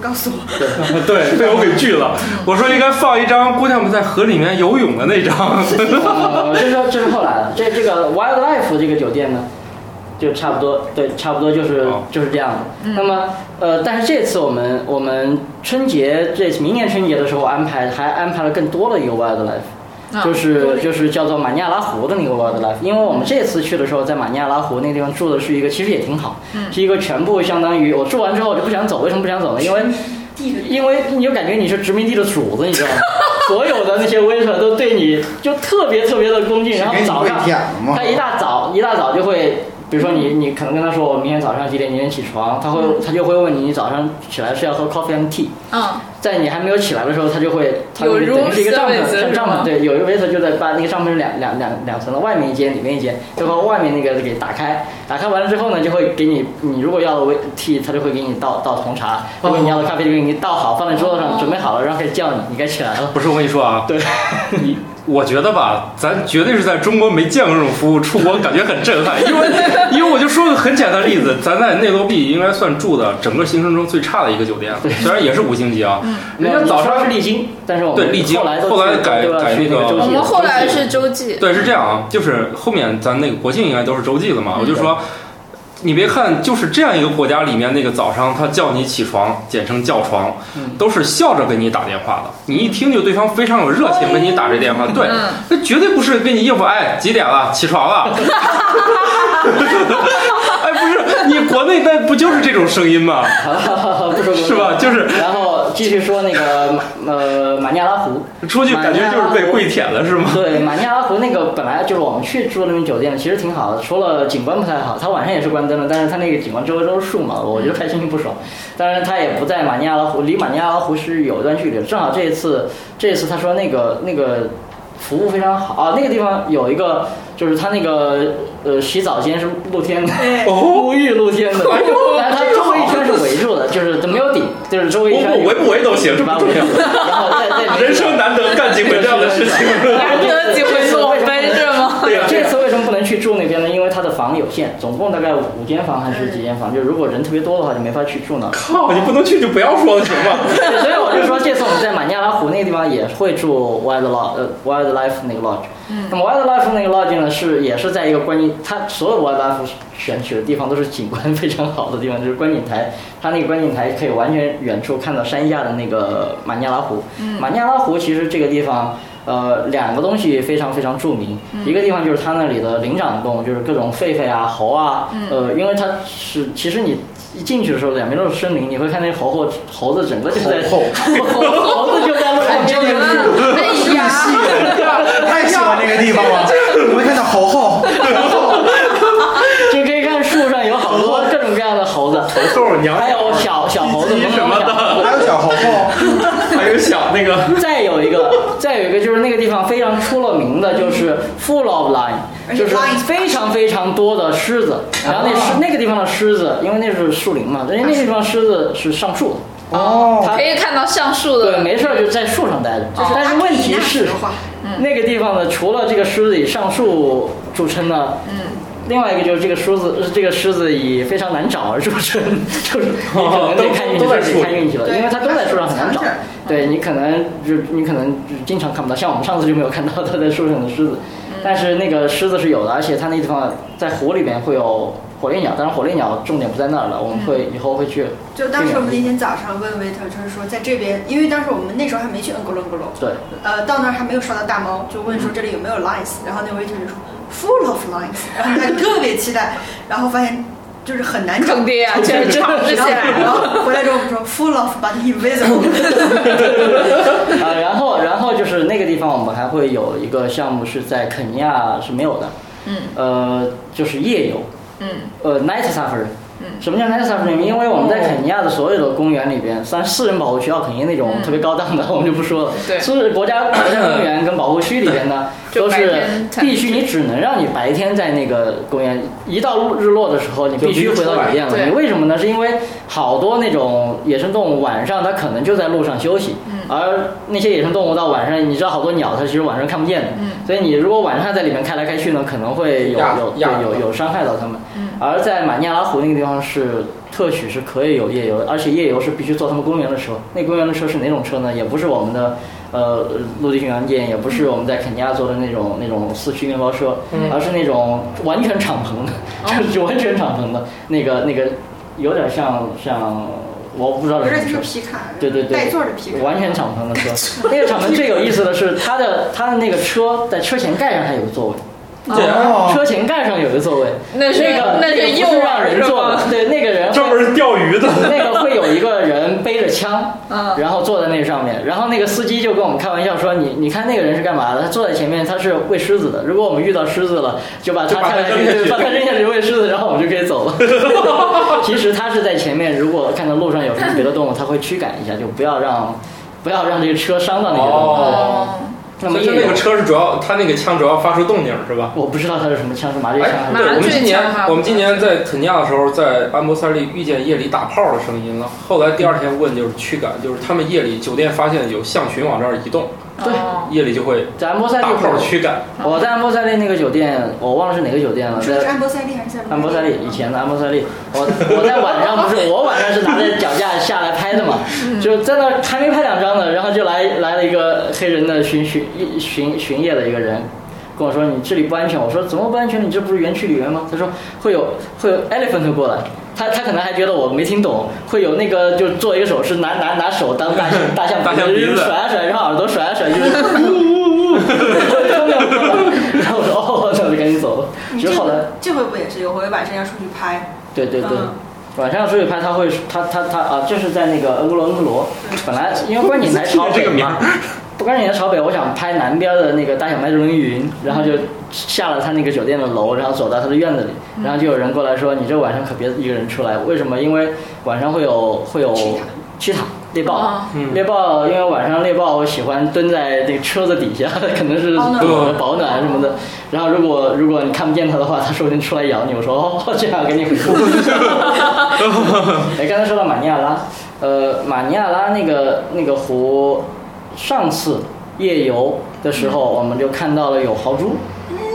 S8: 告诉我。
S1: 对，被我给拒了。
S7: 嗯
S1: 我说应该放一张姑娘们在河里面游泳的那张。
S7: 呃，这是这是后来的。这这个 Wildlife 这个酒店呢，就差不多，对，差不多就是、
S1: 哦
S7: 就是这样的。那么呃，但是这次我们我们春节这次明年春节的时候安排还安排了更多的一个 Wildlife，、
S3: 啊
S7: 就是就是叫做马尼亚拉湖的那个 Wildlife。因为我们这次去的时候，在马尼亚拉湖那个地方住的是一个，其实也挺好，是一个全部相当于我住完之后我就不想走，为什么不想走呢？因为
S8: 地的
S7: 因为你就感觉你是殖民地的主子，你知道吗？ 所有的那些 waiter 都对你就特别特别的恭敬，然后
S2: 给你
S7: 早
S2: 跪啊
S7: 上
S2: 舔了吗
S7: 他？一大早一大早就会，比如说你你可能跟他说我明天早上几点几点起床，他会他就会问你你早上起来是要喝 coffee and tea，
S3: 嗯，
S7: 在你还没有起来的时候，他就会他
S3: 有
S7: 会等于
S3: room
S7: 是一个帐
S3: service
S7: 篷，像帐
S3: 是吗
S7: 篷对，有一个 waiter 就在把那个帐篷是两两两两层的，外面一间，里面一间，就把外面那个给打开，打开完了之后呢，就会给你你如果要 w tea，他就会给你倒倒红茶，如果你要的咖啡就给你倒好，放在桌
S3: 哦
S7: 子上准备好了，然后开始叫你，你该 起来了。
S1: 不是，我跟你说啊，
S7: 对，
S1: 你我觉得吧，咱绝对是在中国没见过这种服务，出国感觉很震撼。因为， 因为我就说个很简单的例子，咱在内罗毕应该算住的整个行程中最差的一个酒店了，啊虽然也是五星级啊。人家早上
S7: 是丽晶，但是我
S1: 对
S7: 们
S1: 丽晶
S7: 后来都
S1: 后来
S7: 去
S1: 改
S7: 都要
S1: 改
S7: 去
S1: 那个
S7: 周记
S3: 我们后来
S7: 周记
S3: 是洲际，
S1: 对，是这样啊，就是后面咱那个国庆应该都是洲际的嘛，我就说。你别看，就是这样一个国家里面，那个早上他叫你起床，简称叫床，都是笑着给你打电话的。你一听就对方非常有热情给你打这电话，对，
S3: 嗯，
S1: 那绝对不是跟你应付，哎，几点了？起床了。 哎，不是，你国内那不就是这种声音吗？
S7: 不说不说
S1: 是吧？就是
S7: 然后继续说那个呃马尼亚拉湖，
S1: 出去感觉就是被跪舔了，是吗？
S7: 对，马尼拉湖那个本来就是我们去住的那种酒店，其实挺好的，除了景观不太好，它晚上也是关灯的，但是它那个景观周围都是树嘛，我就开心情不爽。当然，它也不在马尼拉湖，离马尼拉湖是有一段距离的。正好这一次，这一次他说那个那个服务非常好啊，那个地方有一个就是他那个呃洗澡间是露天的。
S8: 哎，
S1: 哦，
S7: 沐浴露天的，但是它周围一圈是围住的，就是没有顶，就是周围一
S1: 我
S7: 圈
S1: 我
S7: 有
S1: 围不围都行，这
S7: 把
S1: 不
S7: 我
S1: 重要。
S7: 然后 在在
S1: 人生难得干几回这样的事情。
S3: 难得几回裸奔是 吗？
S1: 对啊呀
S7: 这次为什么不能去住那边呢？因为他的房有限，总共大概五间房还是几间房？就如果人特别多的话，就没法去住 呢。
S1: 靠，你不能去就不要说了，行 吗？
S7: 对所以我就说，这次我们在马尼亚拉湖那个地方也会住 wild lodge，呃 wildlife 那个 lodge。那么 wildlife 那个 lodge 呢，是也是在一个观景，它所有 wildlife 选取的地方都是景观非常好的地方，就是观景台。它那个观景台可以完全远处看到山下的那个马尼亚拉湖。马尼亚拉湖其实这个地方。呃，两个东西非常非常著名，一个地方就是它那里的灵长动，就是各种狒狒啊、猴啊，呃，因为它是其实你一进去的时候，两边都是森林，你会看那猴猴猴子整个就在
S2: 后
S7: 猴子就在路旁边，
S3: 哎呀，
S2: 太喜欢这个地 方了，我看到猴猴，
S7: 就可以看树上有好多各种各样的猴子，
S1: 豆娘
S7: 还有小小猴子、
S1: 鸡
S7: 萌
S1: 什
S7: 萌
S1: 么
S7: 小猴子
S1: 的，
S2: 还有小 猴猴，
S1: 还有小那个
S7: 再有一个，再有一个就是那个地方非常出了名的，就是 full of lion，
S8: 而且啊
S7: 就是
S8: lion
S7: 非常非常多的狮子。然后那狮那个地方的狮子，因为那是树林嘛，人家那个地方狮子是上树的，
S2: 哦，
S7: 它
S3: 可以看到上树
S7: 对，
S3: 的，
S7: 没事儿就在树上待着。
S8: 就是
S7: 但是
S8: 阿
S7: 问
S8: 基
S7: 题
S8: 里纳
S7: 是
S8: 的，话，
S7: 那个地方呢，除了这个狮子以上树著称呢，嗯，另外一个就是这个狮子，这个狮子以非常难找而著称，就是 你可能得看运
S1: 哦
S7: 气，
S1: 都都在
S7: 得
S1: 树
S7: 看运气了，
S8: 对
S7: 因为它都在树上很
S2: 哦
S7: 难找
S8: 它是。
S7: 对你可能就你可能就经常看不到，像我们上次就没有看到它在树上的狮子，但是那个狮子是有的，而且它那地方在湖里面会有火烈鸟，当然火烈鸟重点不在那儿了，我们会以后会去。
S8: 就当时我们那天早上问 waiter，就是说在这边，因为当时我们那时候还没去恩格隆格隆，
S7: 对，
S8: 呃，到那儿还没有刷到大猫，就
S3: 嗯
S8: 问说这里有没有 lines，然后那 waiter 就说 full of lines，然后他就特别期待，然后发现就是很难找
S3: 坑。爹啊，全是啊唱不
S8: 然
S3: 下
S8: 后
S3: 来
S8: 然
S3: 了。
S8: 后回来之后我们说 full of but invisible，
S7: 啊，然后然后就是那个地方，我们还会有一个项目是在肯尼亚是没有的，
S3: 嗯，
S7: 呃，就是夜游，
S3: 嗯，
S7: 呃，night safari，什么叫 nice afternoon？因为我们在
S3: 哦
S7: 肯尼亚的所有的公园里边，虽然私人保护区啊，肯尼亚那种特别高档的， 我们就不说了。
S3: 嗯对
S7: 是国 家国家公园跟保护区里边呢，
S3: 就
S7: 都
S3: 白天
S7: 是
S3: 才
S7: 必须你只能让你白天在那个公园，一到日落的时候，你必须回到酒
S3: 就必
S7: 店
S3: 须出
S7: 了。
S3: 来
S7: 你为什么呢？是因为好多那种野生动物晚上它可能就在路上休息，
S3: 嗯
S7: 而那些野生动物到晚上，你知道好多鸟它其实晚上看不见的，
S3: 嗯
S7: 所以你如果晚上在里面开来开去呢，可能会有
S1: 压
S7: 有对
S1: 压
S7: 有有伤害到它们。
S8: 嗯
S7: 而在马尼拉湖那个地方是特许是可以有夜游，而且夜游是必须坐他们公园的车。那公园的车是哪种车呢？也不是我们的呃陆地巡洋舰，也不是我们在肯尼亚坐的那种那种四驱面包车，
S8: 嗯
S7: 而是那种完全敞篷的，
S8: 哦
S7: 就是完全敞篷的那个那个，有点像像我不知道
S8: 不
S7: 是
S8: 是
S7: 什
S8: 就
S7: 么车。
S8: 是皮卡，
S7: 对对对，
S8: 带座的皮卡，
S7: 完全敞篷的车。那个敞篷最有意思的是，它的它的那个车在车前盖上还有个座位，
S2: 哦，
S7: 车前盖上有个座位，
S3: 那是
S7: 个
S3: 那
S7: 那
S3: 是
S7: 个不
S3: 诱饵
S7: 是让人坐
S3: 是
S7: 的，对那个人
S1: 专门钓鱼的，
S7: 那个会有一个人背着枪，
S3: 嗯
S7: 然后坐在那上面，然后那个司机就跟我们开玩笑说：“你你看那个人是干嘛的？他坐在前面，他是喂狮子的。如果我们遇到狮子了，就把
S1: 就
S7: 他
S1: 把他
S7: 跳下
S1: 扔下去
S7: 去，把他扔下去喂狮子， 然后我们就可 以走了。其实他是在前面，如果看到路上有什么别的动物，他会驱赶一下，就不要让不要让这个车伤到那些动物。
S1: 哦，
S7: 那么
S1: 就
S7: 夜
S1: 那
S7: 游
S1: 个，车是主要，它那个枪主要发出动静是吧？
S7: 我不知道他是什么枪，是麻醉枪
S1: 哎，
S7: 还
S1: 对，
S7: 是
S1: 我们今年
S3: 麻醉枪啊
S1: 我们今年在肯尼亚的时候，在安博塞利遇见夜里打炮的声音了。后来第二天问就是驱赶，就是他们夜里酒店发现有象群往这儿移动，
S7: 对
S3: 哦
S1: 夜里就会
S7: 在安波塞利
S1: 打
S7: 会
S1: 炮
S7: 有。
S1: 驱赶。
S7: 我在安波塞利那个酒店，我忘了是哪个酒店了，
S8: 你说
S7: 在
S8: 的是安博塞利还是在
S7: 安波塞利以前的安波塞利，我我在晚上不是我晚上是拿着脚架下来拍的嘛，就在那儿还没拍两张呢，然后就来来了一个黑人的巡巡巡巡夜的一个人。跟我说你这里不安全，我说怎么不安全？你这不是园区里面吗？他说会有会有 elephant 过来，他他可能还觉得我没听懂，会有那个就做一个手势，拿拿拿手当大象大象
S1: 大象鼻子
S7: 甩啊甩，然后耳朵甩啊甩，就是呜呜呜，然后我说哦，那我就赶紧走了。
S8: 你
S7: 只
S8: 嗯这
S7: 是后来
S8: 回这回不也是有回晚上要出去拍？
S7: 对对对
S8: 嗯，
S7: 晚上出去拍，他会他他他啊，就是在那个恩格罗恩格罗，
S8: 嗯
S7: 本来因为观景台朝
S1: 这
S7: 北
S1: 个名
S7: 嘛
S1: 儿，
S7: 不观景台朝北，我想拍南边的那个大小麦伦云，然后就下了他那个酒店的楼，然后走到他的院子里，
S8: 嗯
S7: 然后就有人过来说：“你这晚上可别一个人出来，为什么？因为晚上会有会有
S8: 去
S7: 去塔猎豹。
S3: 哦
S1: 嗯
S7: 猎豹，因为晚上猎豹喜欢蹲在那个车子底下， 可能是
S8: 保暖
S7: 躲保暖什么的。然后如果如果你看不见它的话，它说不定出来咬你。我说哦， 这样赶紧回国。哎，刚才说到马尼亚拉，呃，马尼亚拉那个那个湖，上次夜游的时候，我们就看到了有豪猪。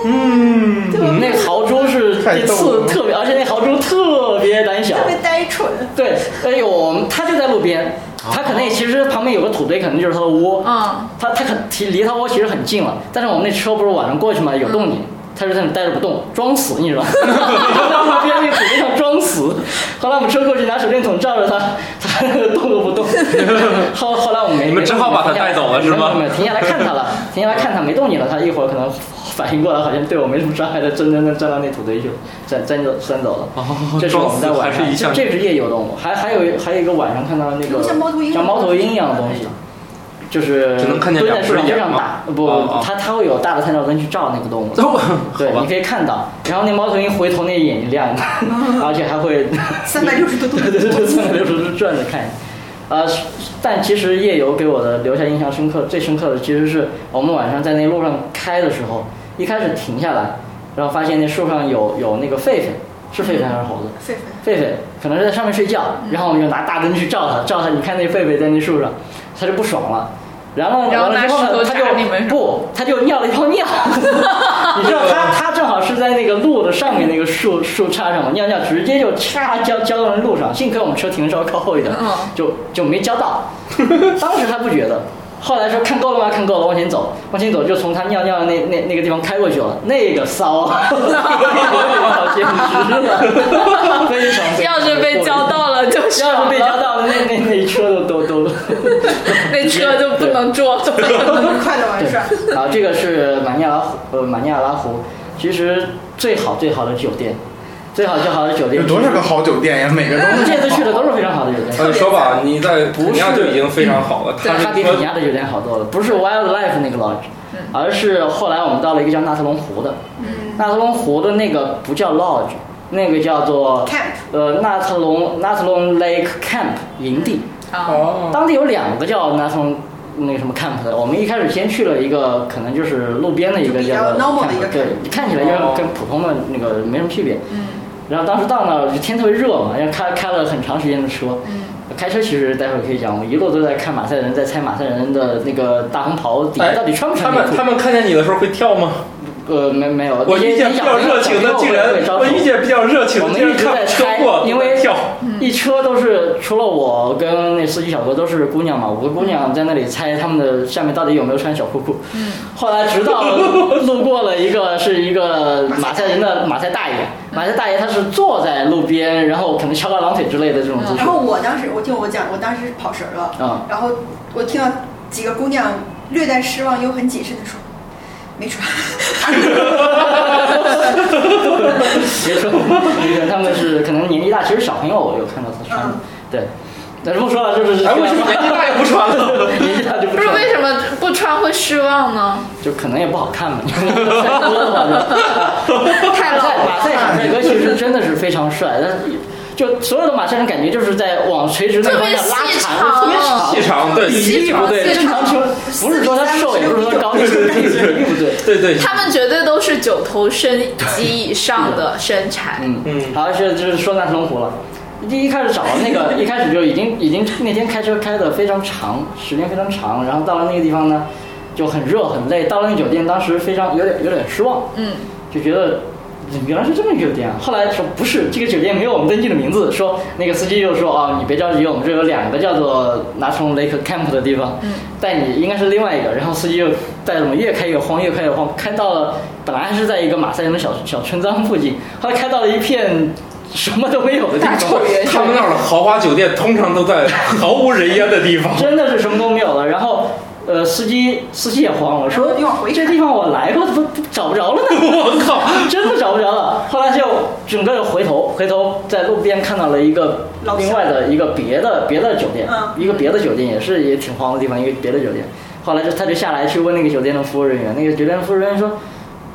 S2: 嗯，
S7: 嗯，那个豪猪是
S2: 太
S7: 一
S2: 逗
S7: 次
S2: 了
S7: 特别，而且那豪猪特别胆小
S8: 嗯特，别呆蠢，
S7: 对，哎呦，我们它就在路边，它可能也其实旁边有个土堆，可能就是它的窝，
S3: 嗯
S7: 它它可离离它窝其实很近了，但是我们那车不是晚上过去嘛，有动静。它就在那待着不动，装死，你知道吗？ 在路边那个土堆上装死。后来我们车过去拿手电筒照着它，它动都不动。 后后来我们没
S1: 你们只好把它
S7: 没有
S1: 带走了是吗
S7: 没有没有，停下来看它了，停下来看它没动静了，它一会儿可能反应过来，好像对我没什么伤害的，真真正钻到那土堆去了，钻钻走钻走了。
S1: 哦
S7: 这是我
S1: 装
S7: 们在
S1: 死还
S7: 晚
S1: 是
S7: 上，
S1: 一项
S7: 这这是夜游动物，还还有一还有一个晚上看到那个
S8: 像猫头鹰
S7: 像猫头鹰一样的东西，就是
S1: 只能看见
S7: 蹲
S1: 两
S7: 在
S1: 只
S7: 树上非
S1: 眼
S7: 常
S1: 吗
S7: 大，不
S1: 哦哦，
S7: 它它会有大的探照灯去照那个动物，对，
S1: 好
S7: 你
S1: 吧，
S7: 可以看到。然后那猫头鹰回头，那眼睛亮 的，而且还会
S8: 三百六十度
S7: 对对 对，三百六十度转着看。呃，但其实夜游给我的留下印象深刻、最深刻的其实是我们晚上在那路上开的时候，一开始停下来，然后发现那树上有有那个狒狒，是狒狒还是猴子？
S8: 狒
S7: 狒
S8: 狒。
S7: 狒可能是在上面睡觉，
S3: 嗯
S7: 然后我们就拿大灯去照它，照它，你看那狒狒在那树上，它就不爽了。然后，
S3: 然后拿
S7: 完了之后
S3: 石头
S7: 呢，它
S3: 砸你们
S7: 就不，它就尿了一 泡尿。 你知道它它正好是在那个路的上面那个树 树杈上嘛，尿尿直接就歘浇浇到那路上。幸亏我们车停的稍微靠后一点，
S3: 嗯
S7: 就就没浇到。当时他不觉得，后来说看够了吗？看够了，往前走，往前走就从他尿尿的那那那个地方开过去了，那个骚啊，好简直了，非常非常
S3: 要是被浇，到了就
S7: 要
S3: 爽
S7: 是被浇
S3: 了，
S7: 到了，那那那一车都都都。
S3: 那车就不能坐。
S8: 快乐完事儿。
S7: 对，啊，这个是马尼亚拉湖，呃，马尼亚拉湖，其实最好最好的酒店，最好最好的酒店
S2: 有多少个好酒店呀？每个都
S7: 我们这次去的
S2: 好
S7: 都是非常好的酒店。
S1: 那就呃说吧，你在肯尼亚就已经非常好了，
S7: 对，
S1: 他
S7: 它比
S1: 是
S7: 肯尼
S1: 说
S7: 亚的酒店好多了，不是 Wildlife 那个 lodge，、而是后来我们到了一个叫纳特龙湖的，纳特龙湖的那个不叫 lodge，那个叫做
S8: Camp
S7: 呃纳特隆纳特隆 Lake Camp 营地，
S3: 啊，
S2: 哦，
S7: 当地有两个叫纳特隆那个什么 camp 的。我们一开始先去了一个可能就是路边的一个
S8: 比较
S7: 叫做
S8: normal 的一个
S7: camp，对，看起来就是跟普通的那个没什么区别。然后当时到那儿就天特别热嘛，要开开了很长时间的车。开车其实待会儿可以讲，我一路都在看马赛人，在猜马赛人的那个大红袍底下
S1: 哎
S7: 到底穿不
S1: 他
S7: 穿内
S1: 们
S7: 裤。
S1: 他们看见你的时候会跳吗？
S7: 呃，没没有，
S1: 我
S7: 你
S1: 遇见
S7: 你
S1: 比
S7: 讲
S1: 较
S7: 这个
S1: 热情的，
S7: 我
S1: 竟然
S7: 会招
S1: 我
S7: 手
S1: 遇见比较热情
S7: 我
S1: 的，
S7: 们
S1: 竟
S7: 一
S1: 然
S7: 直在
S1: 看车
S7: 猜
S1: 过，
S7: 因为
S1: 跳。
S7: 一车都是除了我跟那司机小哥都是姑娘嘛，五个姑娘在那里猜他们的下面到底有没有穿小裤裤。嗯，后来 直到路过了一个是一个马赛人的马赛大爷，马赛大爷他是坐在路边，然后可能翘个郎腿之类的这种姿势
S8: 嗯然。后我当时，我听我讲，我当时跑神儿了，
S7: 嗯
S8: 然后我听到几个姑娘略带失望又很谨慎的说。没 穿，
S7: 别说，他们是可能年纪大，其实小朋友我有看到他穿的
S8: 嗯，
S7: 对。但是不说了，就是
S1: 哎，为什么年纪大也不穿 了？
S7: 年纪大就不
S3: 不是
S7: 穿了
S3: 为什么不穿会失望呢？
S7: 就可能也不好看嘛，太
S3: 老了
S7: 马赛马赛哥其实真的是非常帅，但是就所有的马赛人感觉就是在往垂直那个方向拉长，特别长，
S1: 细长，对，
S7: 比例不对，正常球不是说他瘦，也不是说他高，就是比例不对。
S1: 对对，
S3: 他们绝对都是九头身及以上的身材。
S7: 嗯
S1: 嗯
S7: 好，现在就是说南龙湖了。第一开始找到那个，一开始就已经已经那天开车开的非常长，时间非常长，然后到了那个地方呢，就很热很累。到了那酒店，当时非常有点有点失望，
S3: 嗯，
S7: 就觉得嗯原来是这么一个酒店啊。后来说不是，这个酒店没有我们登记的名字。说那个司机就说啊，你别着急，我们这有两个叫做拿从 Lake Camp 的地方，带你应该是另外一个。然后司机又带着我们越开越慌，越开越慌，开到了本来还是在一个马赛人的小小村庄附近，后来开到了一片什么都没有的地
S3: 大
S7: 方
S3: 草。原
S1: 他们那儿的豪华酒店通常都在毫无人烟的地 方。
S7: 真的是什么都没有了。然后，呃，司机司机也慌了，说
S8: 然后你往回
S7: 这地方我来过，怎么找不着了呢？
S1: 我靠！
S7: 真的找不着了。后来就整个回头，回头在路边看到了一个
S8: 老乡
S7: 另外的一个别的别的酒店，
S8: 嗯
S7: 一个别的酒店也是也挺荒的地方，一个别的酒店。后来就他就下来去问那个酒店的服务人员，那个酒店的服务人员说。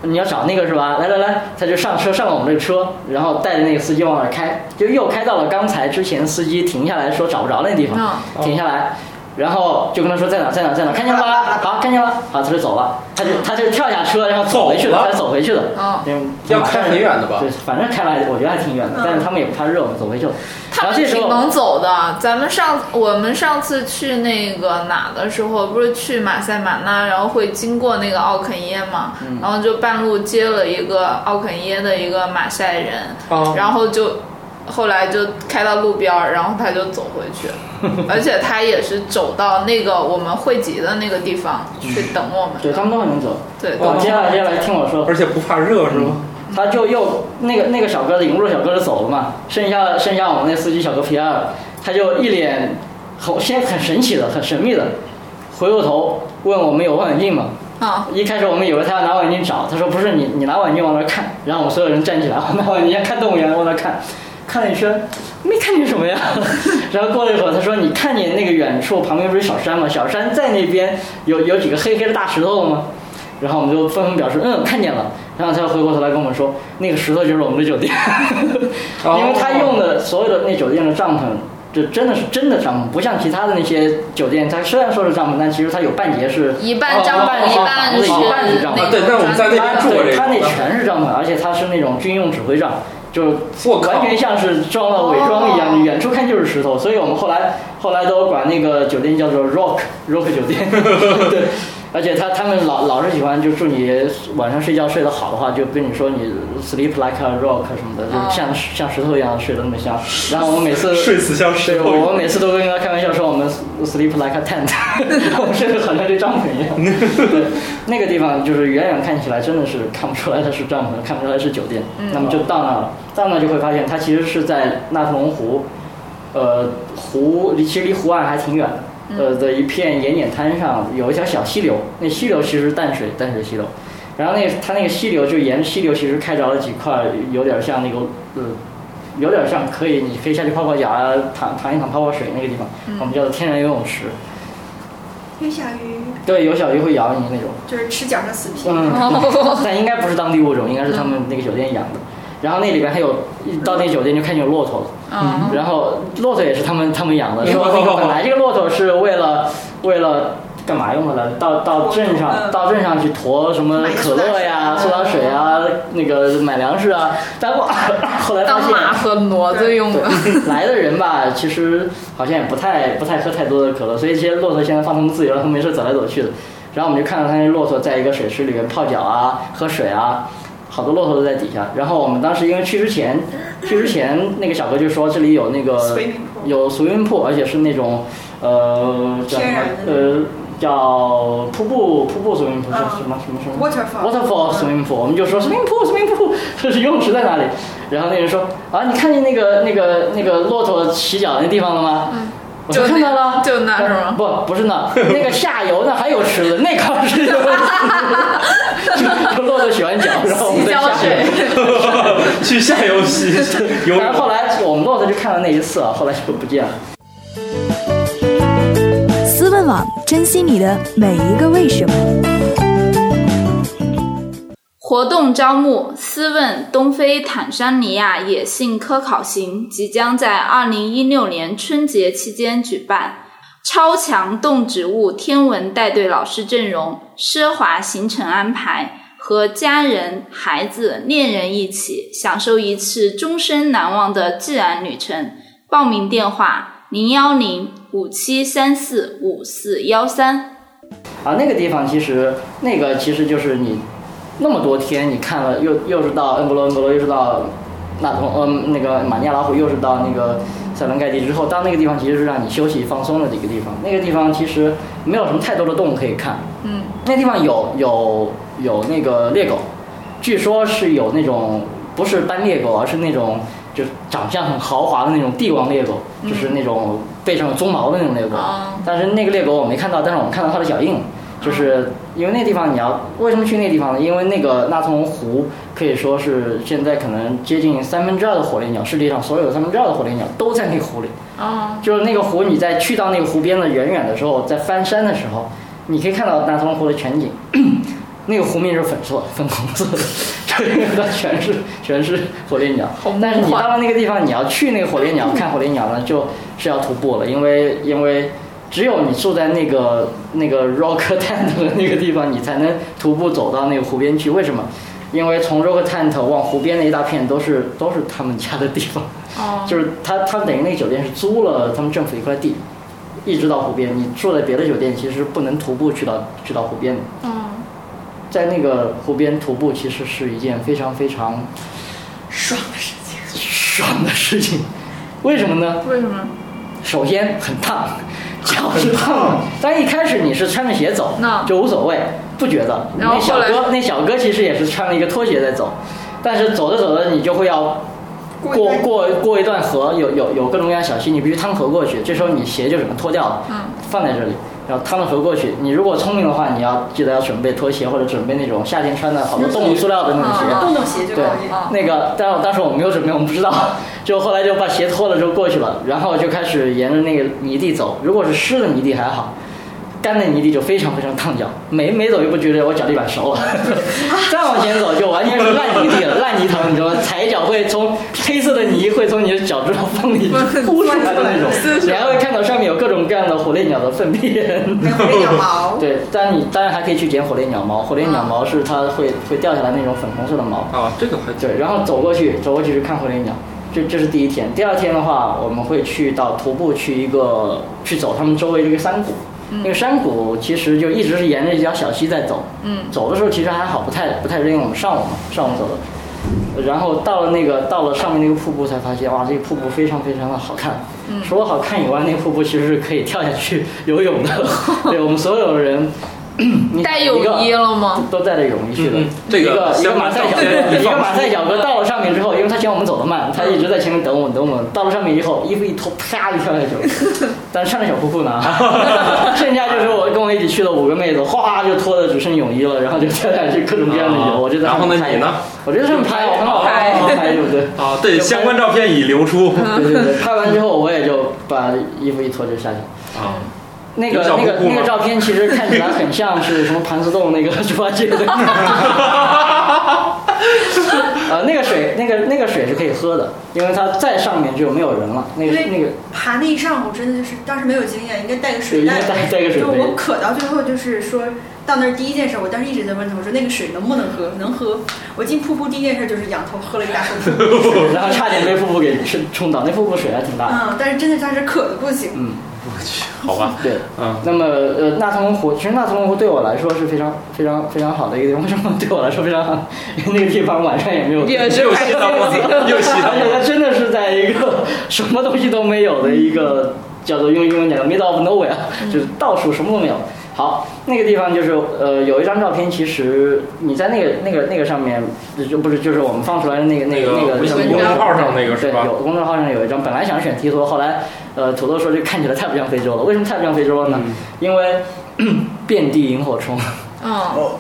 S7: 你要找那个是吧？来来来，他就上车上了我们这车，然后带着那个司机往那儿开，就又开到了刚才之前司机停下来说找不着那地方，
S3: 嗯
S7: 停下来，然后就跟他说在哪在哪在哪，看见了 吧？好，看见了，好，他就走了，他就他就跳下车，然后走回去
S1: 走了
S7: 他走回去的，
S3: 哦
S7: 嗯，
S1: 要开很远的吧
S7: 对，反正开了还，我觉得还挺远的，
S8: 嗯
S7: 但是他们也不怕热嘛，走回去了。
S3: 他
S7: 然
S3: 们
S7: 后这时
S3: 挺
S7: 候，
S3: 能走的。咱们上我们上次去那个哪的时候，不是去马赛马纳，然后会经过那个奥肯耶嘛，
S7: 嗯
S3: 然后就半路接了一个奥肯耶的一个马赛人，
S1: 啊
S7: 哦
S3: 然后就后来就开到路边儿，然后他就走回去， 而且他也是走到那个我们汇集的那个地方
S7: 嗯
S3: 去等我们
S7: 对他
S3: 的。
S7: 们都很能走。
S3: 对，嗯
S1: 哦
S3: 都
S7: 接下来接下来听我说，
S1: 而且不怕热是吗？
S7: 他就又那个那个小哥的引路小哥就走了嘛，剩下剩下我们那司机小哥皮埃尔，他就一脸很先很神奇的很神秘的回过头问我们有望远镜吗？
S3: 啊，
S7: 一开始我们以为他要拿望远镜找，他说不是你，你拿望远镜往那儿看。然后我们所有人站起来，我 拿望远镜看动物园往那儿看，看了一圈，没看见什么呀。 然后过了一会儿，他说你看见那个远处旁边不是小山吗？小山在那边有有几个黑黑的大石头了吗？然后我们就纷纷表示嗯看见了，然后他回过头来跟我们说那个石头就是我们的酒店， 因为他用的所有的那酒店的帐篷，这真的是真的帐篷，不像其他的那些酒店，它虽然说是帐篷，但其实它有半截是
S3: 一半帐
S7: 哦哦
S3: 篷，
S7: 哦
S3: 一
S7: 哦
S3: 半是
S7: 一半是帐篷
S3: 那
S1: 啊对那我们在那边
S7: 他
S1: 住过这
S7: 对
S1: 个
S7: 他那全是帐篷，而且他是那种军用指挥帐，就
S1: 我靠
S7: 完全像是装了伪装一
S3: 哦
S7: 样，远处看就是石头。所以我们后来后来都管那个酒店叫做 Rock Rock 酒店，对。而且他他们老老是喜欢就祝你晚上睡觉睡得好的话，就跟你说你 sleep like a rock 什么的，
S3: 哦
S7: 就像像石头一样睡得那么香。然后我每次
S1: 睡死像石
S7: 对，
S1: 头一
S7: 我
S1: 样。
S7: 每次都跟他开玩笑说我们 sleep like a tent，我 睡得好像这帐篷一样。对，那个地方就是远远看起来真的是看不出来它是帐篷，看不出来是酒店。那么就到那了，到那就会发现它其实是在纳特龙湖，呃，湖离其实离湖岸还挺远的。呃的一片盐碱滩上有一条小溪流，那溪流其实是淡水淡水溪流，然后那个它那个溪流就沿着溪流其实开着了几块，有点像那个呃有点像可以，你可以下去泡泡脚啊，躺躺一躺泡泡水那个地方，
S3: 嗯
S7: 我们叫做天然游泳池。
S8: 月下鱼
S7: 对，有小鱼会咬你 那种。
S8: 就是吃脚上死皮，
S7: 嗯，
S3: 哦
S7: 但应该不是当地物种，应该是他们那个酒店养的。然后那里边还有到那酒店就看见有骆驼了。
S3: 嗯，
S7: 然后骆驼也是他们他们养的，
S1: 嗯
S7: 说那
S1: 好好
S7: 个
S1: 好
S7: 本来这个骆驼是为了为了干嘛用的呢？到到镇上
S8: 嗯
S7: 到镇上去驮什么
S8: 买
S7: 可
S8: 苏打
S7: 乐
S8: 水
S7: 呀、
S8: 嗯
S7: 苏打水啊，那个买粮食啊。但我 后来发
S3: 当马
S7: 现。
S3: 和骡子用 的。
S7: 对，来的人吧，其实好像也不太不太喝太多的可乐，所以这些骆驼现在放他们自由，让他们没事走来走去的。然后我们就看到他那骆驼在一个水池里面泡脚啊，喝水啊，好多骆驼都在底下。然后我们当时因为去之前，去之前那个小哥就说这里有那个
S8: Swimming pool
S7: 有 swimming pool，而且是那种呃叫什
S8: 天
S7: 么
S8: 然的
S7: 呃叫瀑布瀑布 swimming pool 是什么什么什么
S8: Waterfall 嗯
S7: waterfall swimming pool，我们就说 swimming pool swimming pool，这 是游泳池在哪里？然后那人说啊，你看见那个那个那个骆驼洗脚那地方了吗？嗯我说
S3: 就那
S7: 看到了，
S3: 就那是吗
S7: 不，不是那，那个下游那还有池 子，那块儿是 有池子就骆驼洗完脚，然后我们
S3: 洗
S7: 在
S3: 脚
S7: 下
S3: 水
S7: 游。
S1: 去下游洗游
S7: 但是后
S1: 泳。
S7: 来我们骆驼就看了那一次啊，后来就不见了。
S6: 思问网，珍惜你的每一个为什么。
S9: 活动招募：思问东非坦桑尼亚野性科考行即将在二零一六年春节期间举办，超强动植物天文带队老师阵容、奢华行程安排，和家人、孩子、恋人一起享受一次终身难忘的自然旅程。报名电话：零幺零五七三四五四幺三。
S7: 啊，那个地方其实那个其实就是你那么多天，你看了又又是到恩格罗恩格罗，又是到纳通嗯那个马尼亚老虎，又是到那个塞伦盖蒂之后，到那个地方其实是让你休息放松的一个地方。那个地方其实没有什么太多的动物可以看，
S3: 嗯，
S7: 那地方有有有那个猎狗，据说是有那种不是斑猎狗，而是那种就长相很豪华的那种帝王猎狗，就是那种背上有鬃毛的那种猎狗。
S3: 嗯哦
S7: 但是那个猎狗我没看到，但是我们看到它的脚印，就是因为那地方你要为什么去那地方呢？因为那个纳通湖可以说是现在可能接近三分之二的火烈鸟，世界上所有的三分之二的火烈鸟都在那个湖里。
S3: 哦，
S7: 就是那个湖，你在去到那个湖边的远远的时候，在翻山的时候，你可以看到纳通湖的全景。 那个湖面是粉色、粉红色的，就是它全是全是火烈鸟
S3: 好。
S7: 但是你
S3: 梦幻
S7: 到了那个地方，你要去那个火烈鸟看火烈鸟呢，就是要徒步了，因为因为只有你住在那个那个 Rock Tent 的那个地方，你才能徒步走到那个湖边去。为什么？因为从 Rock Tent 往湖边那一大片都是都是他们家的地方。
S3: 哦，
S7: 就是他他们等于那个酒店是租了他们政府一块地，一直到湖边。你住在别的酒店，其实不能徒步去到去到湖边的。
S3: 嗯，
S7: 在那个湖边徒步，其实是一件非常非常
S8: 爽的事情。
S7: 爽的事情。为什么呢？
S3: 为什么？
S7: 首先很烫，脚是烫的。但一开始你是穿着鞋走，
S3: 那
S7: 就无所谓，不觉得。
S3: 然后
S7: 那小
S3: 后来
S7: 哥那小哥其实也是穿了一个拖鞋在走，但是走着走着你就会要过过过一段河，有有有各种各样的小溪，你必须趟河过去。这时候你鞋就只能脱掉了，
S3: 嗯
S7: 放在这里，然后趟了河过去。你如果聪明的话，你要记得要准备拖鞋或者准备那种夏天穿的好多动物塑料的那种鞋。
S3: 嗯嗯
S8: 动动鞋就可
S7: 对
S8: 以。，
S7: 那个，但我当时我没有准备，我们不知道，就后来就把鞋脱了之后过去了，然后就开始沿着那个泥地走。如果是湿的泥地还好，干的泥地就非常非常烫脚，每每走一步觉得我脚底板熟了， 再往前走就完全是烂泥地了，烂泥塘，你知道吗？踩一脚会从黑色的泥会从你的脚趾头缝 里凸出来的那种，你还会看到上面有各种各样的火烈鸟的粪便。
S8: 没有没有毛。
S7: 对，但你当然还可以去捡火烈鸟毛，火烈鸟
S8: 啊
S7: 毛是它会会掉下来那种粉红色的毛。
S1: 啊，这个还挺
S7: 对，然后走过去，走过去是看火烈鸟，这这是第一天。第二天的话，我们会去到徒步去一个去走他们周围的一个山谷，那个山谷其实就一直是沿着一条小溪在走。
S3: 嗯
S7: 走的时候其实还好，不太不太热，因为我们上午嘛，上午走的。然后到了那个到了上面那个瀑布，才发现哇，这个瀑布非常非常的好看。
S3: 嗯
S7: 除了好看以外，那个瀑布其实是可以跳下去游泳的。 对我们所有人，你
S3: 带
S7: 一个
S3: 泳衣了吗？
S7: 都带着泳衣去的
S1: 嗯嗯。这
S7: 一
S1: 个
S7: 个一个
S1: 先
S7: 马赛
S1: 把
S7: 小
S1: 照片一
S7: 哥，一个
S1: 放
S7: 马赛小哥到了上面之后，因为他嫌我们走得慢，他一直在前面等我们等我们。到了上面以后，衣服一脱，啪就跳 下去了。但是上面小裤裤呢， 剩下就是我跟我一起去的五个妹子，哗就脱的只剩泳衣了，然后就跳下去各种各样的游。我就在
S1: 啊然
S7: 上
S1: 后
S7: 面
S1: 呢，
S7: 拍
S1: 你呢？？
S7: 我觉得上面拍很好看，很好拍，对不对？
S1: 啊，对，相关照片已流出
S7: 对对对，拍完之后我也就把衣服一脱就下去了。
S1: 啊。
S7: 那个
S1: 有小
S7: 那个
S1: 瀑布吗
S7: 那个照 片其实看起来很像是什么盘丝洞那个猪八戒的，呃，那个水，那个那个水是可以喝的，因为它在上面就没有人了。那个
S8: 因为
S7: 那个
S8: 爬那一上午真的就是当时没有经验，应该带个
S7: 对，
S8: 水
S7: 应该
S8: 袋。
S7: 带带个水
S8: 就
S7: 杯。
S8: 我渴到最后就是说到那儿第一件事，我当时一直在问他，我说那个水能不能喝？能喝。我进瀑布第一件事就是仰头喝了一大口水，
S7: 然后差点被瀑布给冲冲倒，那瀑布水还挺大的。
S8: 嗯，但是真的当时渴的不行。
S7: 嗯，
S1: 好吧，
S7: 对。
S1: 嗯，
S7: 那么呃，纳特龙湖，其实纳特龙湖对我来说是非常非常非常好的一个地方。为什么对我来说非常好？因为那个地方晚上也没有灯，
S3: 也是
S1: 嗯又
S3: 拍
S1: 吸到
S3: 自己。
S1: 我，又 吸到
S7: 而且它哎真的是在一个什么东西都没有的一个叫做用英文讲叫 middle of nowhere，就是
S1: 嗯
S7: 到处什么都没有。好，那个地方就是呃，有一张照片，其实呃你在那个那个那个上面，就不是就是我们放出来的那个那个
S1: 那个
S7: 那个
S1: 微信
S7: 上
S1: 公
S7: 面
S1: 众号上那个是
S7: 对，
S1: 吧
S7: 有公众号上有一张，本来想选提托，后来呃，土豆说这看起来太不像非洲了。为什么太不像非 洲了
S1: 嗯
S7: 呢？因为 遍地萤火虫。
S3: 嗯，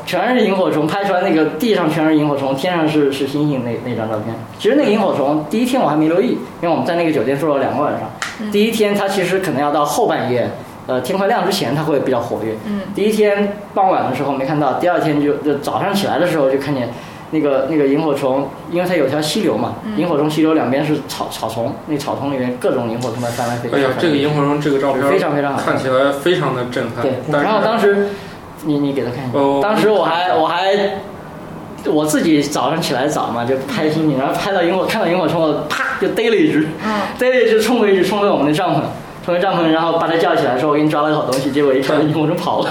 S7: 全是萤火虫，拍出来那个地上全是萤火虫，天上是是星星那那张照片。其实那个萤火虫第一天我还没留意，因为我们在那个酒店住了两个晚上。第一天它其实可能要到后半夜，呃天快亮之前它会比较活跃。
S3: 嗯
S7: 第一天傍晚的时候没看到，第二天就就早上起来的时候就看见。那个那个萤火虫，因为它有条溪流嘛，萤火虫溪流两边是草草丛，那草丛里面各种萤火虫在翻来飞 去。
S1: 哎呀，这个萤火虫这个照
S7: 非
S1: 片
S7: 常非常好看
S1: 看。起来非常的震撼
S7: 对，，
S1: 嗯但是
S7: 然后当时你你给他看一下，
S1: 哦
S7: 当时我还我还我自己早上起来早嘛，就拍星星，然后拍到萤火，看到萤火虫，我啪就逮了一只，
S2: 嗯
S7: 逮了一只冲过去，冲回我们的帐篷。冲回帐篷，然后把它叫起来，说：“我给你抓了个好东西。”结果一看，萤火虫跑了。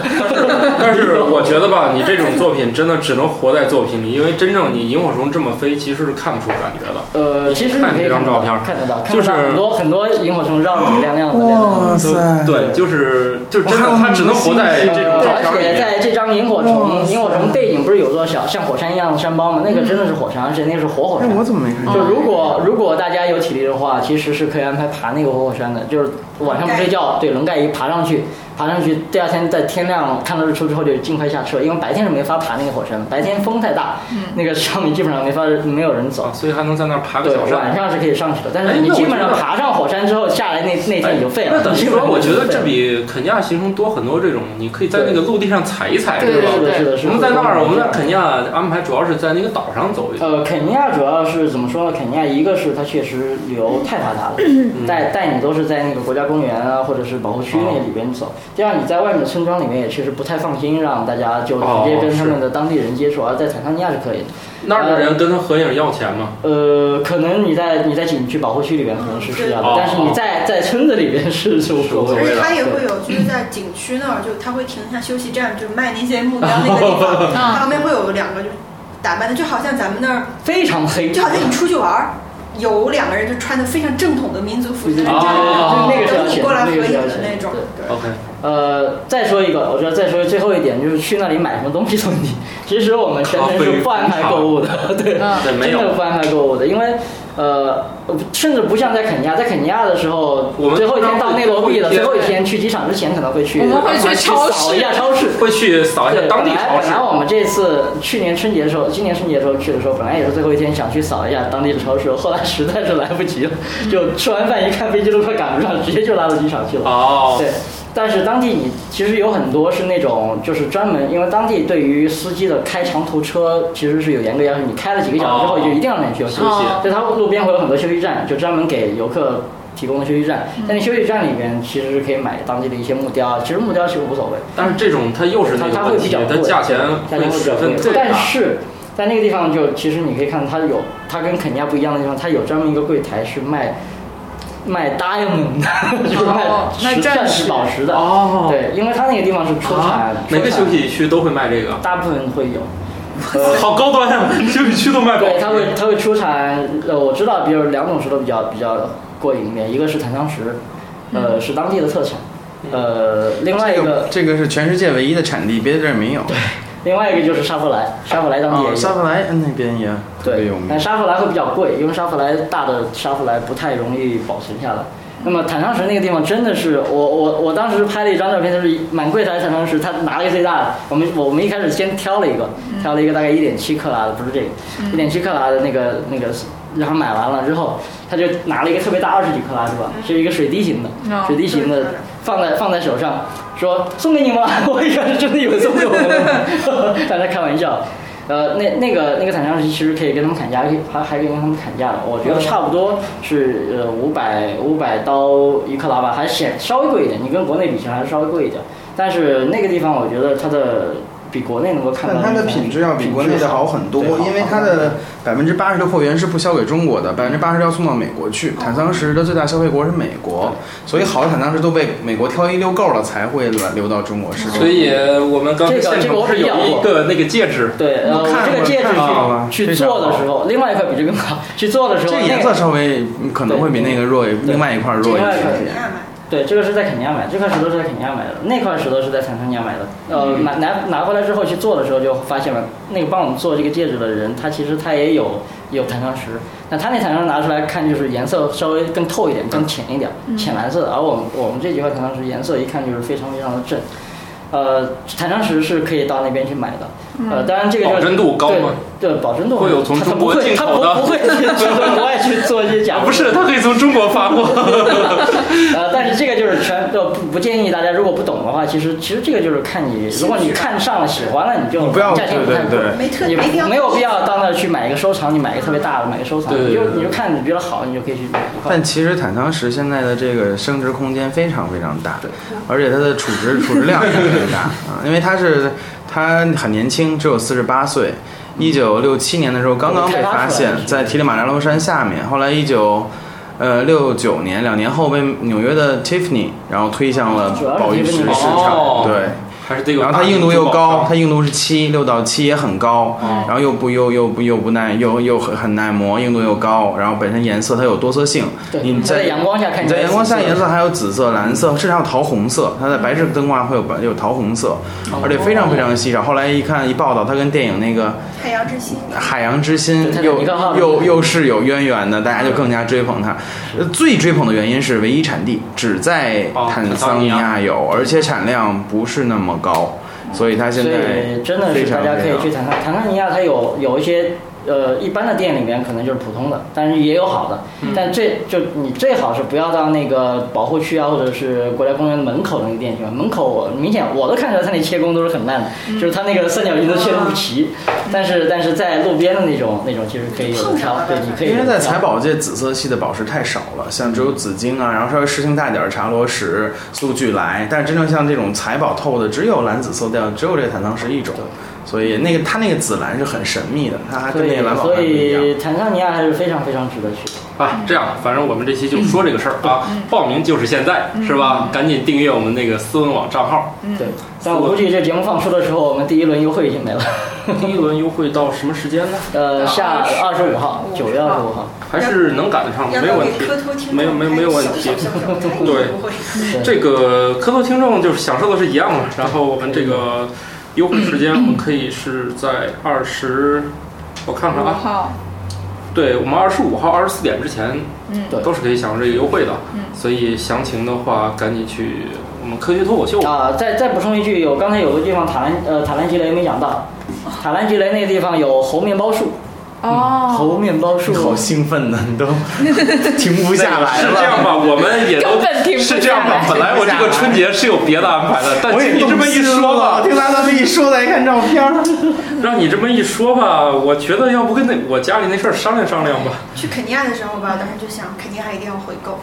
S1: 但是我觉得吧，你这种作品真的只能活在作品里，因为真正你萤火虫这么飞，其实是看不出感觉的。
S7: 呃，其实你可以
S1: 看这张照
S7: 看得到
S1: 片
S7: 看得到，看
S1: 就
S7: 得到
S1: 是
S7: 很多很多萤火虫绕着你亮亮的。亮亮的
S2: 哇塞！
S1: 对，就是就真的，它只能活在这种
S7: 对，
S1: 照
S7: 而
S1: 片里面。
S7: 且在这张萤火
S2: 哇
S7: 虫，
S2: 塞
S7: 萤火虫背景不是有座小像火山一样的山包吗？那个真的是火山，而且那个是活火
S2: 哎，
S7: 山。
S2: 我怎么没看见？
S7: 就如果如果大家有体力的话，其实是可以安排爬那个活火山的，就是晚上不睡觉，对，轮盖一爬上去，爬上去，第二天在天亮看到日出之后就尽快下车，因为白天是没法爬那个火山的，白天风太大，那个上面基本上没法没有人走
S1: 啊，。所以还能在那儿爬个
S7: 对，
S1: 小
S7: 晚
S1: 山。
S7: 上是可以上去的，但
S1: 哎
S7: 是你
S1: 那我
S7: 基
S1: 觉
S7: 本上
S1: 得哎
S7: 爬上火山之后下来那那天你就废了。
S1: 那等于
S7: 基本
S1: 说，
S7: 上
S1: 我
S7: 就
S1: 觉得
S7: 废
S1: 这
S7: 了
S1: 比肯尼亚行程多很多。这种你可以在那个陆地上踩一踩，
S3: 对
S1: 是吧？
S7: 是的，是的，是的。
S1: 我们在那儿，我们在
S7: 肯。
S1: 肯尼亚安排主要是在那个岛上走一走。
S7: 呃，肯尼亚主要是怎么说呢？肯尼亚一个是它确实旅游太发达了，带带你都是在那个国家公园啊，或者是保护区那里边走。第二，你在外面的村庄里面也确实不太放心让大家就直接跟他们的当地人接触，而在坦桑尼亚是可以的。
S1: 那儿的人跟他合影要钱吗？
S7: 呃，可能你在你在景区保护区里边可能是是要的
S1: 嗯，
S7: 但是你在在村子里边是是无所谓
S1: 是无所
S7: 的。
S8: 而
S1: 谓
S8: 且
S1: 的
S8: 它也会有，就是在景区那儿，就它会停下休息站，就卖那些木雕那个地方，它旁边会有两个就打扮的，就好像咱们那儿，
S7: 非常黑，
S8: 就好像你出去玩儿，有两个人就穿的非常正统的民族服
S7: 对
S8: 装，
S7: 对对，
S8: 站
S1: 哦
S8: 着
S7: 那个是要
S8: 等你
S7: 钱
S8: 过
S7: 的，
S8: 来合
S7: 那个
S8: 影
S7: 是要
S8: 的
S7: 钱
S8: 那种
S7: 对。
S8: 对。
S1: OK，
S7: 呃，再说一个，我觉得再说最后一点就是去那里买什么东西的问题。其实我们全程是不安排购物的， 对，
S3: 嗯
S1: 对，没有
S7: 真。的不安排购物的，因为呃，甚至不像在肯尼亚，在肯尼亚的时候，
S1: 我们
S7: 最后一天到内罗毕的
S1: 最
S7: 最
S1: 后
S7: 后
S1: 一
S7: 一
S1: 天
S7: 天去机场之前可能会去，
S3: 我们会去超市
S7: 扫一下超市。
S1: 会去扫一下
S7: 对，
S1: 当地
S7: 本来
S1: 超市
S7: 本。来我们这次去年春节的时候，今年春节的时候去的时候，本来也是最后一天想去扫一下当地的超市，后来实在是来不及了，就吃完饭一看飞机都快赶不上，直接就拉到机场去了。
S1: 哦，
S7: 对，但是当地你其实有很多是那种就是专门，因为当地对于司机的开长途车其实是有严格要求，你开了几个小时之后
S1: 哦
S7: 就一定要让你休息，
S3: 哦
S7: 就它路边会有很多休息站，就专门给游客。提供的休息站，在那休息站里边其实是可以买当地的一些木雕啊，其实木雕其实无所谓，
S1: 但是这种它又是
S7: 它
S1: 那
S7: 它
S1: 个
S7: 会
S1: 问
S7: 比
S1: 题，
S7: 较
S1: 它
S7: 贵，
S1: 价钱
S7: 价钱会比较
S1: 水分
S7: 贵
S1: 特。别
S7: 但
S1: 大。
S7: 是在那个地方就其实你可以看它有，它跟肯尼亚不一样的地方，它有专门一个柜台是卖卖 diamond 的， 就是卖
S3: 哦卖
S7: 石
S3: 钻
S7: 钻石
S3: 石
S7: 宝石的。
S1: 哦，
S7: 对，因为它那个地方是出
S1: 啊
S7: 产，
S1: 每个
S7: 出产
S1: 休息区都会卖这个，
S7: 大部分会有。
S1: 好高端呀！休息区都卖宝
S7: 呃对，它会
S1: 石。
S7: 它会出产，呃，我知道，比如两种石头比较比较过瘾一点，一个是檀香石，呃，是当地的特产，呃，另外一
S2: 这
S7: 个
S2: 个这个是全世界唯一的产地，别的地儿没有。
S7: 另外一个就是沙弗莱，沙弗莱当地也
S2: 哦，萨
S7: 有，
S2: 弗莱嗯那边也特别
S7: 对
S2: 有，名
S7: 但。沙弗莱会比较贵，因为沙弗莱大的沙弗莱不太容易保存下来。那么檀香石那个地方真的是，我我我当时拍了一张照片，就是满柜台檀香石，他拿了一个最大的。我们我们一开始先挑了一个，挑了一个大概一点七克拉的，不是这个，一点七克拉的那个那个，然后买完了之后，他就拿了一个特别大，二十几克拉是吧？是一个水滴形的
S3: 哦，
S7: 水滴形的
S8: 对
S7: 放在放在手 上，说送给你们，我一开始真的以为送给我们，大家开玩笑。呃，那那个那个坦桑石其实可以跟他们砍价，可以还还可以跟他们砍价的。我觉得差不多是呃五百五百刀一克拉吧，还显稍微贵一点。你跟国内比起来还是稍微贵一点，但是那个地方我觉得它的比国内能够看到。
S2: 但它的品质要比国内的好很多，因为它的百分之八十的货源是不销给中国的，百分之八十要送到美国
S7: 嗯
S2: 去。坦桑石的最大消费国是美国，所以好的坦桑石都被美国挑一溜够了，才会流到中国市场。
S1: 所以我们刚才
S7: 这个
S1: 现
S7: 这个
S1: 场
S7: 我
S1: 不是
S7: 比
S1: 有
S7: 较
S1: 一个那个戒指，
S7: 对，呃，
S2: 我看
S7: 这个
S2: 过
S7: 戒指
S2: 看到了
S7: 去
S2: 非
S7: 去
S2: 常
S7: 做的
S2: 好
S7: 时候，另外一块比这更好。去做的时候，
S2: 这
S7: 那
S2: 个
S7: 个
S2: 颜色稍微可能会比那个弱一，
S7: 对
S2: 另外一块弱一
S7: 另外一
S2: 些
S7: 块。
S8: 你看吧，
S7: 对，这个是在肯尼亚买的，这块石头是在肯尼亚买的，那块石头是在坦桑尼亚买的。呃，拿拿拿回来之后去做的时候，就发现了那个帮我们做这个戒指的人，他其实他也有有坦桑石，那他那坦桑石拿出来看，就是颜色稍微更透一点，更浅一点，浅蓝色的。而我们我们这几块坦桑石颜色一看就是非常非常的正。呃，坦桑石是可以到那边去买的，呃，当然这个就
S1: 保
S7: 是
S1: 真度高吗？
S7: 对，对保真度
S1: 会有从
S7: 他他
S1: 中
S7: 不
S1: 国
S7: 会
S1: 进
S7: 他
S1: 口
S7: 不
S1: 的
S7: 不会去 从国外去做一些假
S1: 啊
S7: 货
S1: 不是，它可以从中国发 货。
S7: 呃，但是这个就是全呃不不建议大家，如果不懂的话，其实其实这个就是看你，如果你看上了喜欢了，你就
S2: 你不要
S7: 价钱
S2: 对
S7: 不太
S2: 对对，
S8: 没特
S7: 你
S8: 没必要，
S7: 没有必要到那儿去买一个收藏，你买一个特别大的，买一个收藏，
S1: 对对
S7: 你就
S1: 对对
S7: 你就看你觉得好，你就可以去买一块
S2: 但。其实坦桑石现在的这个升值空间非常非常大，而且它的储值储值量也很大啊，因为它是它很年轻，只有四十八岁，一九六七年的时候刚刚被
S7: 开发
S2: 发现
S7: 出来的，
S2: 在提里马扎罗山下面，后来一九。呃，六九年，两年后被纽约的 Tiffany 然后推向了
S7: 主要是
S2: 宝玉石
S7: Tiffany
S2: 市
S1: 哦
S2: 场，对，
S1: 还是得有
S2: 然
S1: 大
S2: 后
S1: 的
S2: 它
S1: 珠宝商，
S2: 硬度又
S1: 哦
S2: 高，它硬度是七六到七也很高，然后又不又又不又不耐又又很很耐磨，硬度又高，然后本身颜色它有多色性，
S7: 对，
S2: 你
S7: 它在阳光下看，
S2: 你在阳光下颜色还有紫色、蓝色，甚至还有桃红色，它在白炽灯光下会有白有桃红色，
S7: 哦
S2: 而且非常非常稀少。后来一看一报道，它跟电影那个
S8: 太阳之心。
S2: 《海洋之
S7: 对
S2: 心
S7: 泰》坦
S2: 又
S7: 尼克号
S2: 又又是有渊源的，大家就更加追捧它。呃最追捧的原因是唯一产地只在
S1: 哦
S2: 坦
S1: 坦
S2: 桑
S1: 桑
S2: 尼
S1: 尼
S2: 亚
S1: 亚
S2: 有，而且产量不是那么高，所以它现
S7: 所
S2: 在
S7: 以真的
S2: 非
S7: 是大
S2: 常
S7: 家可以去
S2: 非常
S7: 坦桑坦桑尼亚，它有有一些呃一般的店里面可能就是普通的，但是也有好的，
S2: 嗯
S7: 但最就你最好是不要到那个保护区啊，或者是国家公园门口的那个店去买。门口我明显我都看出来它那切工都是很烂的，
S8: 嗯
S7: 就是它那个三角形都切的不齐，但是但是在路边的那种那种其实可以有
S8: 碰巧
S7: 挑，
S8: 了
S7: 对，你可以
S2: 因为在
S7: 挑
S2: 财宝界，紫色系的宝石太少了，像只有紫晶啊，然后稍微石性大点儿茶罗石、苏聚来，但是真正像这种财宝透的，只有蓝紫色调，只有这个坦桑石一种，所以那个它那个紫蓝是很神秘的，它还
S7: 所
S2: 跟那
S7: 以
S2: 个蓝宝
S7: 所
S2: 还不一样。
S7: 以坦桑尼亚还是非常非常值得去的。
S1: 啊，这样，反正我们这期就说这个事儿啊，报名就是现在，是吧？赶紧订阅我们那个思文网账号，
S8: 嗯
S7: 对，但我估计这节目放出的时候，我们第一轮优惠已经没了。
S1: 第一轮优惠到什么时间呢？
S7: 呃，下二十五号，九月二十五号，
S1: 还是能赶得上，
S8: 要
S1: 没
S8: 不
S1: 有
S8: 要
S1: 问
S8: 给
S1: 题
S8: 磕头听。众
S1: 没有没有没有问题
S8: 拍一个小小小小拍一个
S1: 对
S8: 不会
S1: 这个磕头听众就是享受的是一样的，然后我们这个优惠时间，我们可以是在二十，我看看
S3: 五
S1: 啊，
S3: 号，
S1: 对我们二十五号二十四点之前
S3: 嗯，
S7: 对
S1: 都是可以享受这个优惠的，所以详情的话赶紧去我们科学脱口秀
S7: 啊、再再补充一句，有刚才有个地方塔兰呃塔兰吉雷没讲到，塔兰吉雷那个地方有猴面包树，嗯
S3: 哦，
S7: 猴面包树，
S2: 好兴奋呢， 你都停不下来
S1: 是
S2: 了。
S1: 这样吧？我们也都
S3: 根本停不
S1: 是这样吧？
S3: 下
S1: 本
S3: 来
S1: 来我这个春节是有别的安排的，但
S2: 我也
S1: 听你这么一说吧
S2: 我，听他这么一说，再一看照片儿，
S1: 让你这么一说吧，我觉得要不跟那我家里那事儿商量商量吧。
S8: 去肯尼亚的时候吧，当时就想肯尼亚一定要回购。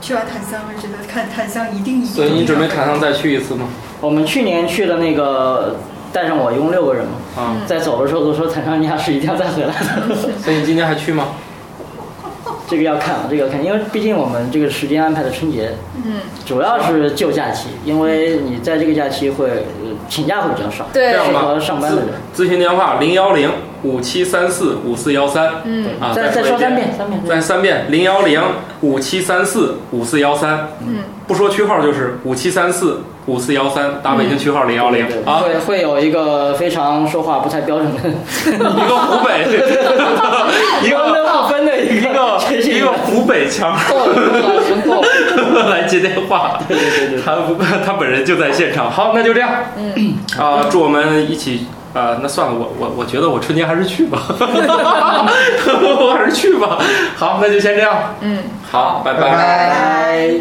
S8: 去完坦桑，我觉得看坦桑一定一定。
S1: 所以你准备卡上再去一次吗？
S7: 我们去年去的那个，带上我一共六个人嘛，
S1: 啊，
S3: 嗯
S7: 在走的时候都说坦桑尼亚是一定要再回来的，
S1: 所以你今年还去吗？
S7: 这个要看啊，这个要看，因为毕竟我们这个时间安排的春节，
S3: 嗯，
S7: 主要是旧假期，因为你在这个假期会呃请假会比较少，
S1: 这
S3: 对，
S1: 样吧
S7: 适合，上班的人
S1: 咨咨询电话零幺零五七三四五四幺三。
S3: 嗯，
S1: 啊，
S7: 再
S1: 再
S7: 再说
S1: 一
S7: 三遍，三遍，
S1: 再三遍零幺零五七三四五四幺三。
S3: 嗯，
S1: 不说区号就是五七三四五四幺三，打北京区号零幺零
S3: 嗯
S7: 对
S1: 啊。
S7: 会会有一个非常说话不太标 准的，
S1: 一个湖北，一
S7: 高
S1: 个
S7: 分不分的一
S1: 一
S7: 个
S1: 个
S7: 全是
S1: 一个湖北腔儿
S7: 够了，真够了。
S1: 来接电话。
S7: 对对对对
S1: 他不，他本人就在现场。好，那就这样。嗯啊，祝我们一起。啊、那算了，我我我觉得我春节还是去吧， 我还是去吧。好，那就先这样。
S3: 嗯，
S1: 好，拜
S2: 拜拜
S7: 拜。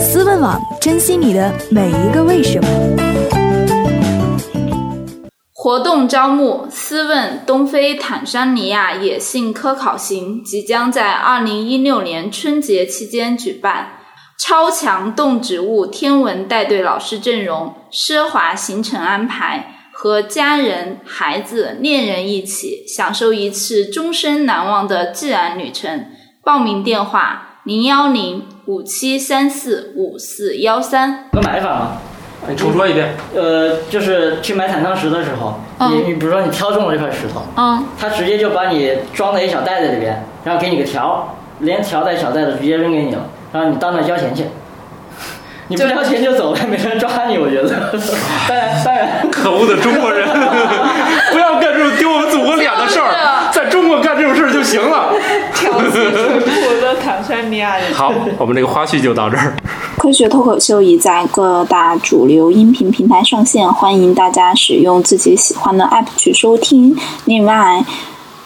S6: 思问网，珍惜你的每一个为什么。
S3: 活动招募斯问东非坦桑尼亚野性科考行即将在二零一六年春节期间举办，超强动植物天文带队老师阵容，奢华行程安排。和家人、孩子、恋人一起享受一次终身难忘的自然旅程。报名电话：零幺零五七三四五四幺三。
S7: 能买法吗？
S1: 哎你重说一遍。
S7: 呃，就是去买坦桑石的时候，
S3: 嗯
S7: 你你比如说你挑中了这块石头，
S3: 嗯，
S7: 他直接就把你装在一小袋子里边，然后给你个条，连条带小袋子直接扔给你了，然后你到那儿交钱去。 你不交钱就走了，没人抓你，我觉得。 当然，当然，
S1: 可恶的中国人，不要干这种丢我们祖国脸的事儿，在中国干这种事儿就行了。
S10: 挑起淳朴的坦桑尼亚人。
S1: 好，我们这个花絮就到这儿。
S11: 科学脱口秀已在各大主流音频平台上线，欢迎大家使用自己喜欢的 app 去收听。另外，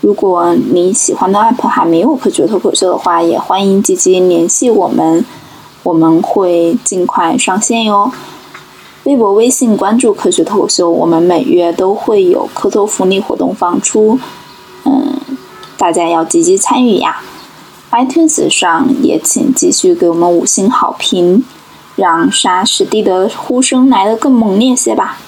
S11: 如果你喜欢的 app 还没有科学脱口秀的话，也欢迎积极联系我们，我们会尽快上线哟。微博、微信关注科学脱口秀，我们每月都会有科托福利活动放出，嗯，大家要积极参与呀。iTunes 上也请继续给我们五星好评，让沙士蒂的呼声来得更猛烈些吧。